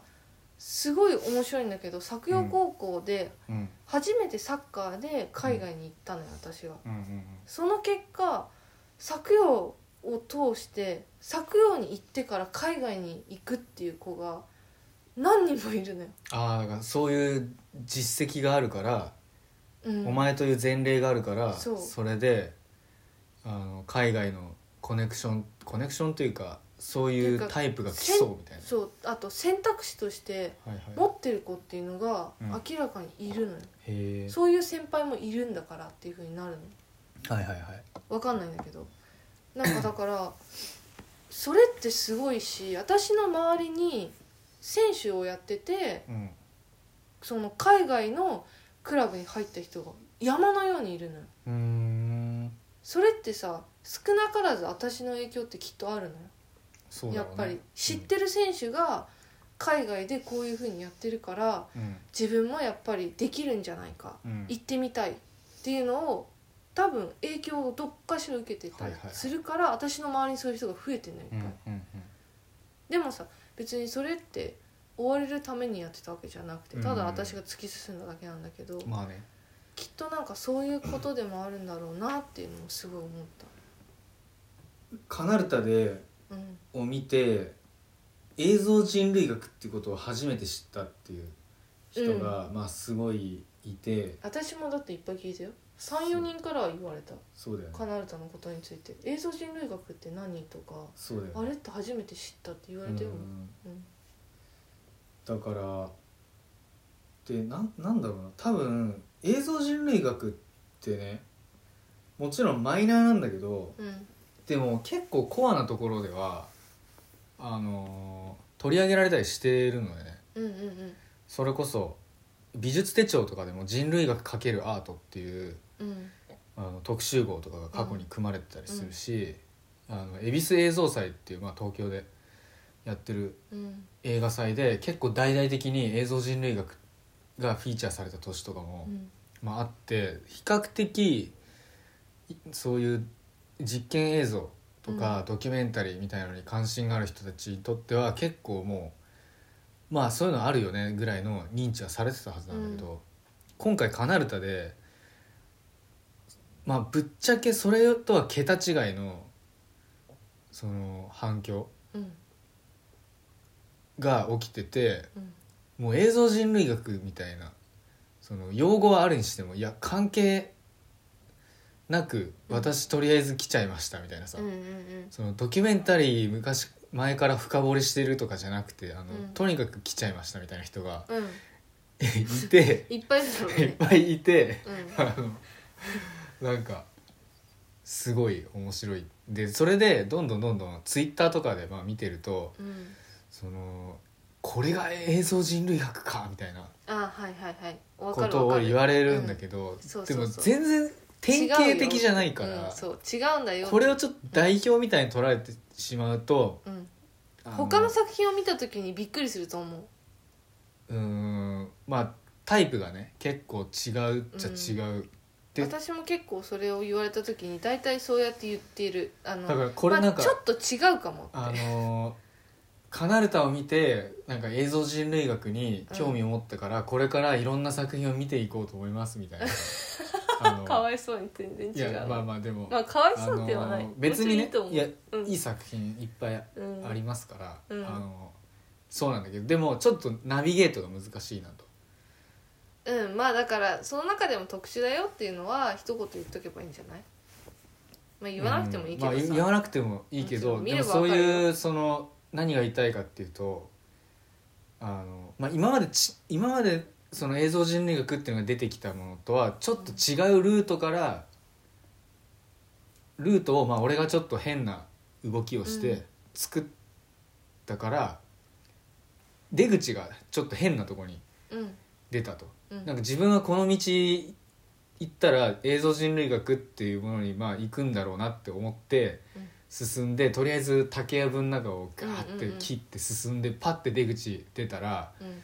Speaker 2: すごい面白いんだけど作陽高校で
Speaker 1: うん
Speaker 2: 初めてサッカーで海外に行ったのよ、私が
Speaker 1: うんうん
Speaker 2: その結果作業を通して作業に行ってから海外に行くっていう子が何人もいるのよ、
Speaker 1: ああだからそういう実績があるから、
Speaker 2: うん、
Speaker 1: お前という前例があるから
Speaker 2: そう
Speaker 1: れであの海外のコネクションコネクションというかそうい
Speaker 2: っていううか
Speaker 1: タイプが来そうみたい
Speaker 2: そうあと選択肢として
Speaker 1: な、はいはい、
Speaker 2: 持ってる子っていうのが
Speaker 1: うん
Speaker 2: 明らかにいるのよ、
Speaker 1: へえ
Speaker 2: そういう先輩もいるんだからっていうふうになるの
Speaker 1: はいはいはい
Speaker 2: わかんないんだけどなんかだからそれってすごいし私の周りに選手をやってて
Speaker 1: うん
Speaker 2: その海外のクラブに入った人が山のようにいるのよ
Speaker 1: うーん
Speaker 2: それってさ少なからず私の影響ってきっとあるのよ、
Speaker 1: そうだ
Speaker 2: や
Speaker 1: ろ
Speaker 2: っ
Speaker 1: うね
Speaker 2: ぱり知ってる選手が海外でこういうふうにやってるから
Speaker 1: うん
Speaker 2: 自分もやっぱりできるんじゃないか
Speaker 1: うん
Speaker 2: 行ってみたいっていうのを多分影響をどっかしら受けてたり
Speaker 1: はいはいはい
Speaker 2: するから、私の周りにそういう人が増えてんのよいっ
Speaker 1: う
Speaker 2: ぱい、
Speaker 1: んうん
Speaker 2: でもさ別にそれって追われるためにやってたわけじゃなくてただ私が突き進んだだけなんだけど、
Speaker 1: うんまあね
Speaker 2: きっとなんかそういうことでもあるんだろうなっていうのもすごい思っ
Speaker 3: カナルタで
Speaker 2: た、うん、
Speaker 3: を見て映像人類学っていうことを初めて知ったっていう人が、まあすごいいて
Speaker 2: 私もだっていっぱい聞いたよ34人からは言われた
Speaker 3: そうだよね
Speaker 2: カナルタのことについて映像人類学って何とか
Speaker 3: そうだよね
Speaker 2: あれって初めて知ったって言われたよ、
Speaker 3: うん
Speaker 2: うん
Speaker 3: だからでなんなんだろうな多分映像人類学ってねもちろんマイナーなんだけど
Speaker 2: うん
Speaker 1: でも結構コアなところではあのー取り上げられたりしているのよね
Speaker 2: うんうんうん
Speaker 1: それこそ美術手帳とかでも人類学×アートっていう
Speaker 2: うん
Speaker 1: あの特集号とかが過去に組まれてたりするし、あの恵比寿映像祭っていう、まあ、東京でやってる
Speaker 2: うん
Speaker 1: 映画祭で結構大々的に映像人類学がフィーチャーされた年とかも、
Speaker 2: うん
Speaker 1: まあ、あって比較的いそういう実験映像とか、ドキュメンタリーみたいなのに関心がある人たちにとっては結構もうまあそういうのあるよねぐらいの認知はされてたはずなんだけど、今回カナルタでまあぶっちゃけそれとは桁違いのその反響
Speaker 2: うん
Speaker 1: が起きてて
Speaker 2: うん
Speaker 1: もう映像人類学みたいなその用語はあるにしてもいや関係なく
Speaker 2: うん
Speaker 1: 私とりあえず来ちゃいましたみたいなさ、
Speaker 2: うんうん
Speaker 1: そのドキュメンタリー昔前から深掘りしてるとかじゃなくてあの、
Speaker 2: うん
Speaker 1: とにかく来ちゃいましたみたいな人が
Speaker 2: うんうん
Speaker 1: いて
Speaker 2: いっぱいいるだろう
Speaker 1: いっ
Speaker 2: ね
Speaker 1: ぱいいて
Speaker 2: うん
Speaker 1: あのなんかすごい面白いでそれでどんどんどんどんツイッターとかでまあ見てると
Speaker 2: うん
Speaker 1: そのこれが映像人類学かみたいな
Speaker 2: あはいはいはいわか
Speaker 1: こ
Speaker 2: る
Speaker 1: と
Speaker 2: わ
Speaker 1: を
Speaker 2: かる
Speaker 1: 言われるんだけど、
Speaker 2: そう
Speaker 1: で
Speaker 2: そ
Speaker 1: も
Speaker 2: うそう
Speaker 1: 全然典型的じゃないか
Speaker 2: うん
Speaker 1: ら、
Speaker 2: そう違うんだよ
Speaker 1: これをちょっと代表みたいに捉えてしまうと、
Speaker 2: うん
Speaker 1: あ
Speaker 2: 他の作品を見た時にびっくりすると思
Speaker 1: う
Speaker 2: う
Speaker 1: ーんまあタイプがね結構違うっちゃ違う、で
Speaker 2: 私も結構それを言われた時に大体そうやって言っているあの
Speaker 1: だからこれなんか
Speaker 2: まあ、ちょっと違うかも
Speaker 1: あのーカナルタを見てなんか映像人類学に興味を持ったから、これからいろんな作品を見ていこうと思いますみたい なあの
Speaker 2: かわいそうに全然
Speaker 1: い
Speaker 2: 違う
Speaker 1: やまあまあでも、
Speaker 2: まあかわいそうではない、
Speaker 1: あのー別にね
Speaker 2: いいと思う
Speaker 1: いや
Speaker 2: うん
Speaker 1: いい作品いっぱい
Speaker 2: うん
Speaker 1: ありますから、
Speaker 2: うん
Speaker 1: あのそうなんだけどでもちょっとナビゲートが難しいなと
Speaker 2: うんまあだからその中でも特殊だよっていうのは一言言っとけばいいんじゃないまあ言わなくてもいいけどさ、
Speaker 1: うんまあ、言わなくてもいいけど
Speaker 2: うん
Speaker 1: でも
Speaker 2: 見れば
Speaker 1: そ
Speaker 2: わ
Speaker 1: う
Speaker 2: かるよ
Speaker 1: いうその何が言いたいかっていうとあの、まあ、今までち今までその映像人類学っていうのが出てきたものとはちょっと違うルートからルートをまあ俺がちょっと変な動きをし
Speaker 2: う
Speaker 1: て
Speaker 2: ん
Speaker 1: 作ったから、出口がちょっと変なとこに
Speaker 2: うん
Speaker 1: 出たと。
Speaker 2: うん
Speaker 1: なんか自分はこの道行ったら映像人類学っていうものにまあ行くんだろうなって思って
Speaker 2: うん
Speaker 1: 進んで、とりあえず竹やぶの中をガーっ
Speaker 2: うん
Speaker 1: て
Speaker 2: うんうん
Speaker 1: 切って進んでパッて出口出たら
Speaker 2: うん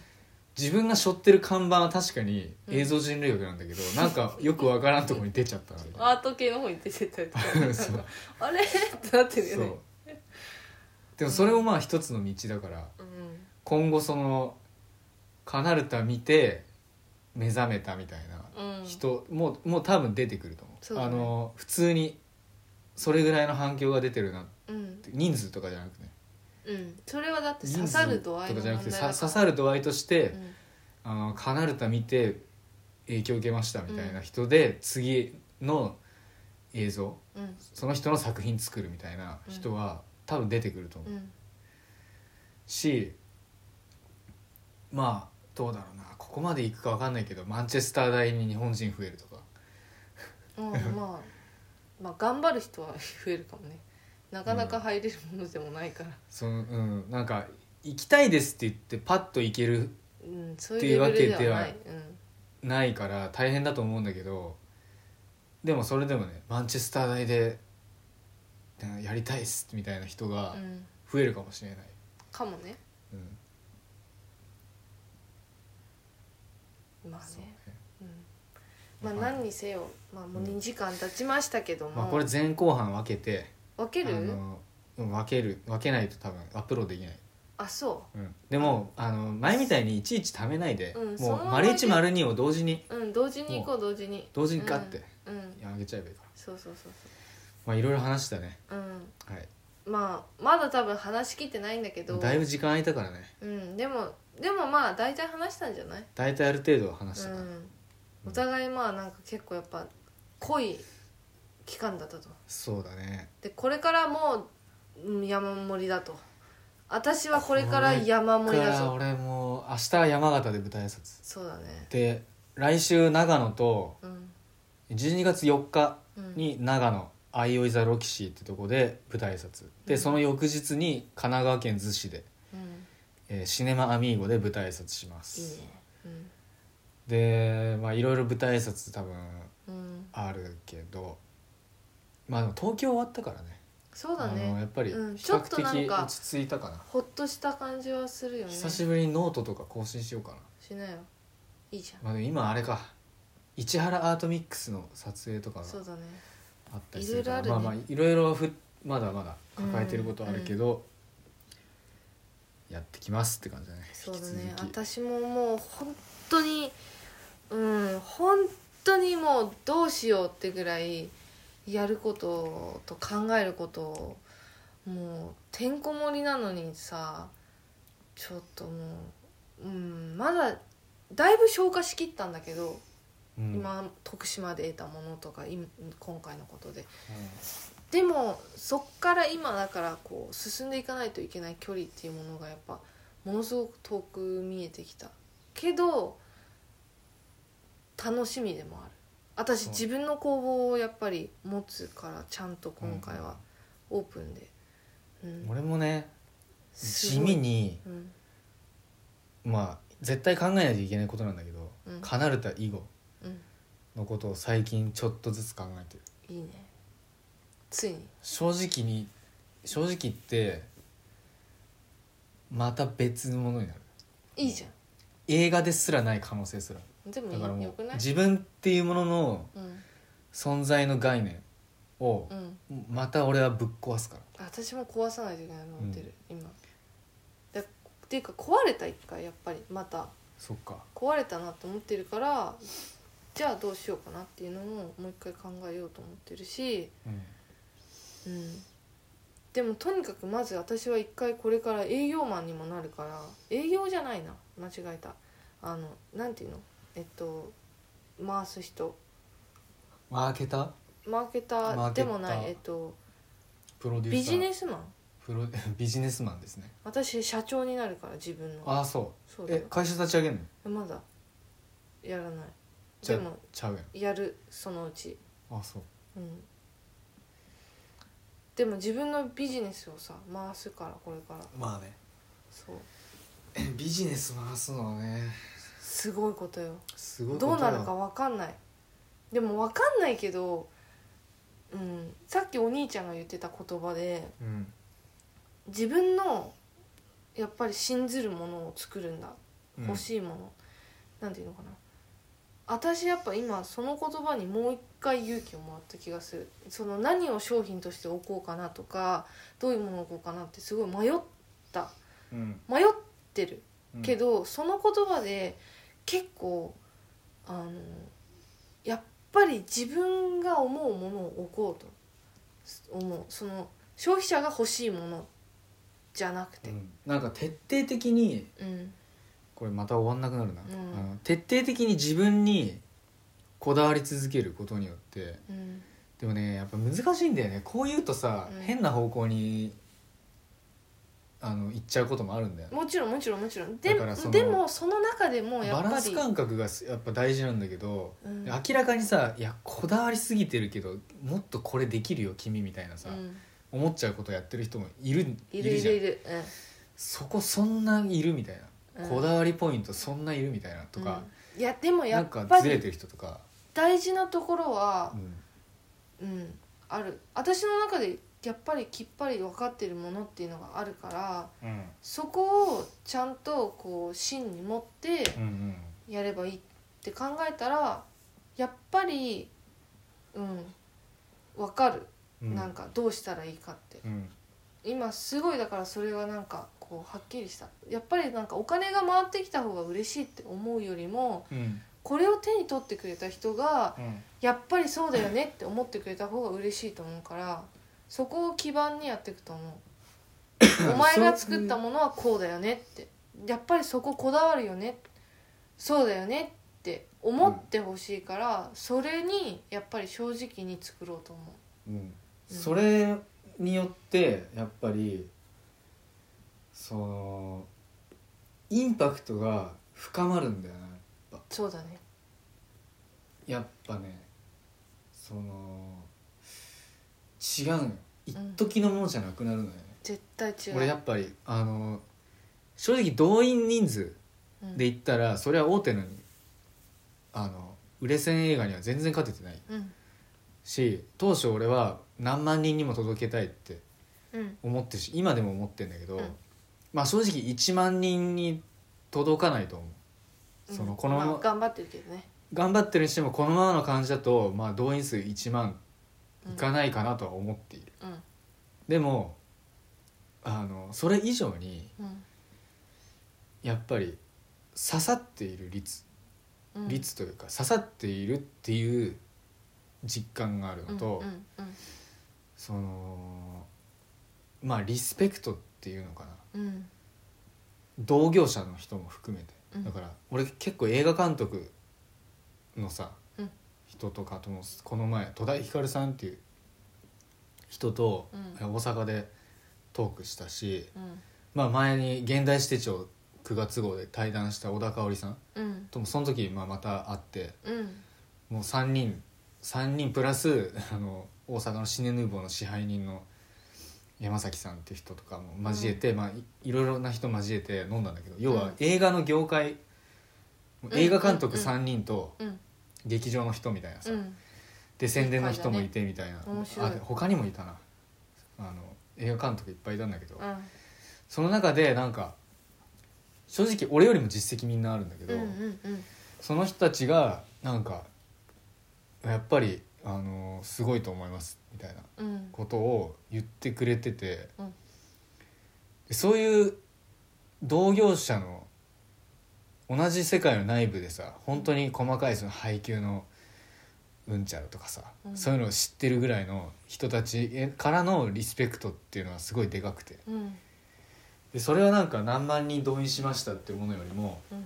Speaker 1: 自分が背負ってる看板は確かに
Speaker 2: うん
Speaker 1: 映像人類学なんだけ ど、なんかよくわからんとこに出ちゃったなみたい
Speaker 2: アート系の方に出てたりとか
Speaker 1: な。 そう
Speaker 2: あれってなってるよ
Speaker 1: そ
Speaker 2: ね
Speaker 1: うでもそれもまあ一つの道だから
Speaker 2: うん
Speaker 1: 今後そのカナルタ見て目覚めたみたいな
Speaker 2: うん
Speaker 1: 人もうもう多分出てくると
Speaker 2: そ
Speaker 1: 思
Speaker 2: う
Speaker 1: う
Speaker 2: だ
Speaker 1: あ
Speaker 2: ね
Speaker 1: の普通にそれぐらいの反響が出てるなって
Speaker 2: うん
Speaker 1: 人数とかじゃなくて
Speaker 2: うんそれはだって刺
Speaker 1: 人
Speaker 2: さ
Speaker 1: 数
Speaker 2: る
Speaker 1: と
Speaker 2: 度合
Speaker 1: か
Speaker 2: いの
Speaker 1: じゃなくて
Speaker 2: 問題だ
Speaker 1: さ
Speaker 2: から
Speaker 1: 刺さる度合いとして、
Speaker 2: うん
Speaker 1: あのカナルタ見て影響受けましたみたいな人で、次の映像
Speaker 2: うん
Speaker 1: その人の作品作るみたいな人は、多分出てくると思う、
Speaker 2: うん
Speaker 1: しまあどうだろうなここまで行くか分かんないけどマンチェスター大に日本人増えるとか
Speaker 2: うんまあまあ頑張る人は増えるかもねなかなか入れるものでもないから、
Speaker 1: そのうんなんか行きたいですって言ってパッと行ける
Speaker 2: うん、そういうレベルではない
Speaker 1: ないから大変だと思うんだけどでもそれでもねマンチェスター大でなやりたいっすみたいな人が
Speaker 2: うん、うん、
Speaker 1: 増えるかもしれない、
Speaker 2: かもね
Speaker 1: うん
Speaker 2: まあ
Speaker 1: そう
Speaker 2: ね、
Speaker 1: ね
Speaker 2: うん、まあ何にせよ、まあ、もう2時間経ちましたけども、
Speaker 1: まあ、これ前後半分けて
Speaker 2: 分ける
Speaker 1: あのうん分ける分けないと多分アップロードできない、
Speaker 2: あそ
Speaker 1: うん、でもあの前みたいにいちいちためないで、
Speaker 2: うんそ
Speaker 1: も
Speaker 2: の
Speaker 1: う
Speaker 2: まま
Speaker 1: 丸1丸2を同時に
Speaker 2: ううん同時に行こう同時に
Speaker 1: 同時にガッて
Speaker 2: うん、うん、
Speaker 1: 上げちゃえばいいから、
Speaker 2: そうそうそう
Speaker 1: まあいろいろ話したね
Speaker 2: そううん
Speaker 1: はい
Speaker 2: まあまだ多分話しきってないんだけど
Speaker 1: だいぶ時間空いたからね
Speaker 2: うんでもでもまあ大体話したんじゃない
Speaker 1: 大体ある程度は話し
Speaker 2: う
Speaker 1: たから、
Speaker 2: んお互いまあなんか結構やっぱ濃い期間だったと
Speaker 1: そうだね
Speaker 2: でこれからもううん山盛りだと私はこれから山盛りだ
Speaker 1: から
Speaker 2: ぞ
Speaker 1: 俺もう明日山形で舞台挨拶
Speaker 2: そうだね
Speaker 1: で来週長野と
Speaker 2: うん
Speaker 1: 12月4日
Speaker 2: うん
Speaker 1: に長野アイオイザロキシーってとこで舞台挨拶でその翌日に神奈川県逗子で、
Speaker 2: うん
Speaker 1: えーシネマアミーゴで舞台挨拶しま
Speaker 2: いい
Speaker 1: す
Speaker 2: ねうん
Speaker 1: でまあいろいろ舞台挨拶多分
Speaker 2: うん
Speaker 1: あるけどまあでも東京終わったからね
Speaker 2: そうだ
Speaker 1: あのや
Speaker 2: ね
Speaker 1: っぱり比
Speaker 2: うんちょ
Speaker 1: 較
Speaker 2: っと
Speaker 1: 的
Speaker 2: なんか
Speaker 1: 落ち着いたかな,、
Speaker 2: ほっとした感じはするよね
Speaker 1: 久しぶりにノートとか更新しようかな
Speaker 2: しなよいいじゃ
Speaker 1: まあ、でも今あれか市原アートミックスの撮影とか
Speaker 2: ん
Speaker 1: が
Speaker 2: そうだね
Speaker 1: あったりするから
Speaker 2: いろいろあるね
Speaker 1: まあまあいろいろふまだまだ抱えてることはあるけど、やってきますって感じだね
Speaker 2: そうだね
Speaker 1: 引き続き
Speaker 2: 私ももう本当にうん本当にもうどうしようってぐらいやることと考えることもうてんこ盛りなのにさちょっともう、うん、まだだいぶ消化しきったんだけど、
Speaker 1: うん
Speaker 2: 今徳島で得たものとか今今回のことででもそっから今だからこう進んでいかないといけない距離っていうものがやっぱものすごく遠く見えてきたけど楽しみでもある私
Speaker 1: そう
Speaker 2: 自分の工房をやっぱり持つからちゃんと今回はオープンで、う
Speaker 1: うんん俺もね
Speaker 2: す
Speaker 1: 地
Speaker 2: ごい
Speaker 1: 味に
Speaker 2: うん
Speaker 1: まあ絶対考えないといけないことなんだけど、
Speaker 2: うん
Speaker 1: カナルタ以後
Speaker 2: うん
Speaker 1: のことを最近ちょっとずつ考えてる
Speaker 2: いいねついに
Speaker 1: 正直に正直言ってまた別のものになる
Speaker 2: いいじゃ
Speaker 1: 映画ですらない可能性すらある
Speaker 2: んでも
Speaker 1: だから
Speaker 2: いい
Speaker 1: も
Speaker 2: よく
Speaker 1: う
Speaker 2: ない
Speaker 1: 自分っていうものの
Speaker 2: うん
Speaker 1: 存在の概念を
Speaker 2: うん
Speaker 1: また俺はぶっ壊すから
Speaker 2: 私も壊さないといけないと思ってる、今だっていうか壊れた一回やっぱりまた
Speaker 1: そっか
Speaker 2: 壊れたなと思ってるからじゃあどうしようかなっていうのももう一回考えようと思ってるし、
Speaker 1: うん
Speaker 2: うん、でもとにかくまず私は一回これから営業マンにもなるから営業じゃないな間違えたあのなんていうのえっと回す人
Speaker 1: マーケター
Speaker 2: マーケタ
Speaker 1: マー
Speaker 2: ー
Speaker 1: ケ
Speaker 2: で
Speaker 1: ター
Speaker 2: もないえっと
Speaker 1: プロデューサー
Speaker 2: ビジネスマン
Speaker 1: プロ ビジネスマンですね
Speaker 2: 私社長になるから自分の
Speaker 1: ああそ
Speaker 2: そううだよ
Speaker 1: え会社立ち上げんの
Speaker 2: まだやらない
Speaker 1: じゃ
Speaker 2: で
Speaker 1: あ
Speaker 2: も
Speaker 1: ちゃうやん
Speaker 2: やるそのうち
Speaker 1: ああそう
Speaker 2: うんでも自分のビジネスをさ回すからこれから
Speaker 1: まあね
Speaker 2: そう
Speaker 1: ビジネス回すのはね
Speaker 2: すごいことよ
Speaker 1: すごいこと
Speaker 2: どう
Speaker 1: よ
Speaker 2: なるか分かんないでも分かんないけど、うん、さっきお兄ちゃんが言ってた言葉で
Speaker 1: うん
Speaker 2: 自分のやっぱり信ずるものを作るんだ
Speaker 1: うん
Speaker 2: 欲しいもの、なんていうのかな私やっぱ今その言葉にもう一回勇気をもらった気がするその何を商品として置こうかなとかどういうものを置こうかなってすごい迷った
Speaker 3: うん
Speaker 2: 迷ってる
Speaker 3: うん
Speaker 2: けど、その言葉で結構あのやっぱり自分が思うものを置こうと思うその消費者が欲しいものじゃなく
Speaker 3: う
Speaker 2: て、
Speaker 3: んなんか徹底的に
Speaker 2: うん
Speaker 1: これまた終わんなくなるな、
Speaker 2: うん
Speaker 1: あの徹底的に自分にこだわり続けることによって
Speaker 2: うん
Speaker 1: でもねやっぱ難しいんだよねこう言うとさ、
Speaker 2: うん
Speaker 1: 変な方向にあの行っちゃうこともあるんだよね
Speaker 2: もちろんもちろんもちろんで
Speaker 1: だからその
Speaker 2: でもその中でもや
Speaker 1: バ
Speaker 2: っ
Speaker 1: ラ
Speaker 2: ぱ
Speaker 1: ンス
Speaker 2: り、
Speaker 1: 感覚がすやっぱ大事なんだけど、
Speaker 2: うん
Speaker 1: 明らかにさいやこだわりすぎてるけどもっとこれできるよ君みたいなさ、
Speaker 2: うん、
Speaker 1: 思っちゃうことやってる人もいる
Speaker 2: いるい
Speaker 1: じゃ
Speaker 2: る
Speaker 1: ん
Speaker 2: いる、
Speaker 1: そこそんないるみたい
Speaker 2: うん
Speaker 1: な、
Speaker 2: うん、
Speaker 1: こだわりポイントそんないるみたいなとか、
Speaker 2: うん、いやでも
Speaker 1: な
Speaker 2: や
Speaker 1: んか
Speaker 2: っぱ
Speaker 1: ずれ
Speaker 2: り
Speaker 1: てる人とか、
Speaker 2: 大事なところは
Speaker 1: う、ん
Speaker 2: うん、ある私の中でやっぱりきっぱり分かってるものっていうのがあるから
Speaker 1: うん
Speaker 2: そこをちゃんとこう芯に持って
Speaker 1: うんうん、
Speaker 2: やればいいって考えたらやっぱりうん分かる、
Speaker 1: うん
Speaker 2: なんかどうしたらいいかって
Speaker 1: うん
Speaker 2: 今すごいだからそれがなんかこうはっきりしたやっぱりなんかお金が回ってきた方が嬉しいって思うよりも
Speaker 1: うん
Speaker 2: これを手に取ってくれた人が
Speaker 1: うん
Speaker 2: やっぱりそうだよねって思ってくれた方が嬉しいと思うからそこを基盤にやっていくと思 うお前が作ったものはこうだよねってやっぱりそここだわるよねそうだよねって思ってほしいから、それにやっぱり正直に作ろうと思
Speaker 3: うんそれによってやっぱりそのインパクトが深まるんだよな
Speaker 2: うそうだね
Speaker 3: やっぱねその違うのよ一時のものじゃなくなるのよね、
Speaker 2: 絶対違う
Speaker 1: 俺やっぱりあの正直動員人数
Speaker 2: うん
Speaker 1: で言ったら、それは大手のあの売れ線映画には全然勝ててない
Speaker 2: うん
Speaker 1: し当初俺は何万人にも届けたいって
Speaker 2: うん
Speaker 1: 思ってるし今でも思ってんだけど、
Speaker 2: うん
Speaker 1: まあ正直1万人に届かないと思うそのこのまま
Speaker 2: まあ頑張ってるけどね、
Speaker 1: 頑張ってるにしてもこのままの感じだと、まあ、動員数1万
Speaker 2: うん
Speaker 1: いかないかなとは思っている、
Speaker 2: うん
Speaker 1: でもあのそれ以上に
Speaker 2: うん
Speaker 1: やっぱり刺さっている率
Speaker 2: うん、
Speaker 1: 率というか刺さっているっていう実感があるのと、
Speaker 2: うんうんうん
Speaker 1: そのまあリスペクトっていうのかな
Speaker 2: うん
Speaker 1: 同業者の人も含めて、
Speaker 2: うん
Speaker 1: だから俺結構映画監督のさ、
Speaker 2: うん
Speaker 1: 人とかともこの前戸田ひかるさんっていう人と
Speaker 2: う
Speaker 1: 大阪でトークしたし、
Speaker 2: うん
Speaker 1: まあ、前に「現代史手帳」9月号で対談した小田香織さん
Speaker 2: うん
Speaker 1: ともその時まあまた会って
Speaker 2: うん
Speaker 1: もう3人3人プラス あの大阪のシネヌーボーの支配人の山崎さんっていう人とかも交えて、まあ、いいろいろな人交えて飲んだんだけど要
Speaker 2: う
Speaker 1: は
Speaker 2: ん
Speaker 1: 映画の業界、
Speaker 2: ん
Speaker 1: 映画監督3人と
Speaker 2: うん
Speaker 1: 劇場の人みたいなさ、
Speaker 2: うん
Speaker 1: で宣伝の人もいてみたいな、
Speaker 2: 面白い
Speaker 1: あで他にもいたなあの映画監督いっぱいいたんだけど、
Speaker 2: うん
Speaker 1: その中でなんか正直俺よりも実績みんなあるんだけど、
Speaker 2: うんうんうん
Speaker 1: その人たちがなんかやっぱりあのすごいと思いますみたいな
Speaker 2: うん
Speaker 1: ことを言ってくれてて、
Speaker 2: うん
Speaker 1: でそういう同業者の同じ世界の内部でさ本当に細かいその配給のうんちゃらとかさ、
Speaker 2: うん
Speaker 1: そういうのを知ってるぐらいの人たちからのリスペクトっていうのはすごいでかくて
Speaker 2: うん
Speaker 1: でそれはなんか何万人動員しましたっていうものよりも
Speaker 2: うん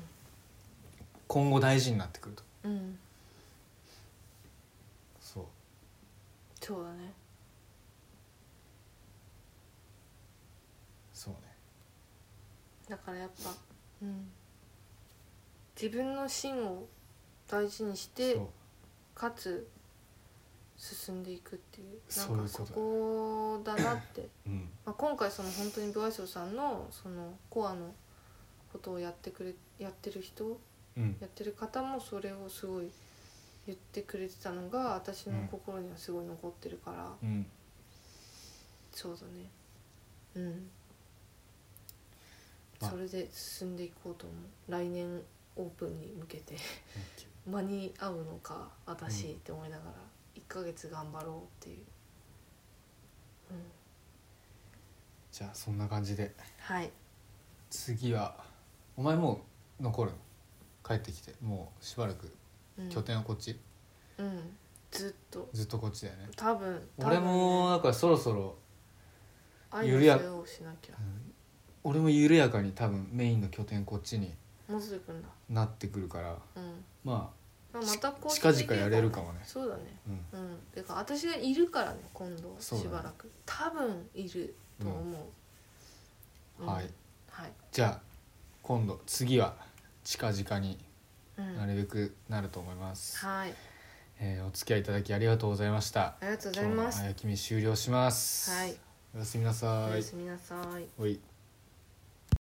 Speaker 1: 今後大事になってくると
Speaker 2: うん
Speaker 1: そう
Speaker 2: そうだね
Speaker 1: そうね
Speaker 2: だからやっぱ、うん、自分の芯を大事にして
Speaker 1: そう
Speaker 2: かつ進んでいくっていう
Speaker 1: そうい
Speaker 2: な
Speaker 1: うんこ
Speaker 2: かそ
Speaker 1: とだ
Speaker 2: こだなって
Speaker 1: うん
Speaker 2: まあ、今回その本当にブアイソさんのそのコアのことをやってくれやってる人
Speaker 1: うん
Speaker 2: やってる方もそれをすごい言ってくれてたのが私の心にはすごい残ってるから、
Speaker 1: うん
Speaker 2: そうだねうん、
Speaker 1: まあ
Speaker 2: それで進んでいこうと思う来年オープンに向けて 間に合うのか私って思いながら1ヶ月頑張ろうっていう、うん、
Speaker 1: じゃあそんな感じで
Speaker 2: はい
Speaker 1: 次はお前もう残るの帰ってきてもうしばらく
Speaker 2: うん
Speaker 1: 拠点はこっち、
Speaker 2: うんずっと
Speaker 1: ずっとこっちだよね
Speaker 2: 多分
Speaker 1: 俺もだからそろそろ緩や
Speaker 2: 愛の世話をしなきゃ
Speaker 1: 俺も緩やかに多分メインの拠点こっちに
Speaker 2: もうすぐ来るんだ
Speaker 1: なってくるから
Speaker 2: うん
Speaker 1: ま
Speaker 2: まあまたこ
Speaker 1: あ
Speaker 2: う
Speaker 1: 近々やれるかもね
Speaker 2: そうだね
Speaker 1: うん
Speaker 2: うんてか私がいるからね今度し
Speaker 1: そうだね
Speaker 2: ばらく、多分いると思う、うん
Speaker 1: はい
Speaker 2: はい
Speaker 1: じゃあ今度次は近々に
Speaker 2: うん
Speaker 1: なるべくなると思います、
Speaker 2: はい
Speaker 1: えーお付き合いいただきありがとうございました
Speaker 2: ありがとうご
Speaker 1: 今
Speaker 2: ざい
Speaker 1: 日の
Speaker 2: ま
Speaker 1: あ
Speaker 2: す
Speaker 1: やきみ終了します
Speaker 2: はい
Speaker 1: おやすみなさ
Speaker 2: お
Speaker 1: い
Speaker 2: やすみなさい
Speaker 1: おい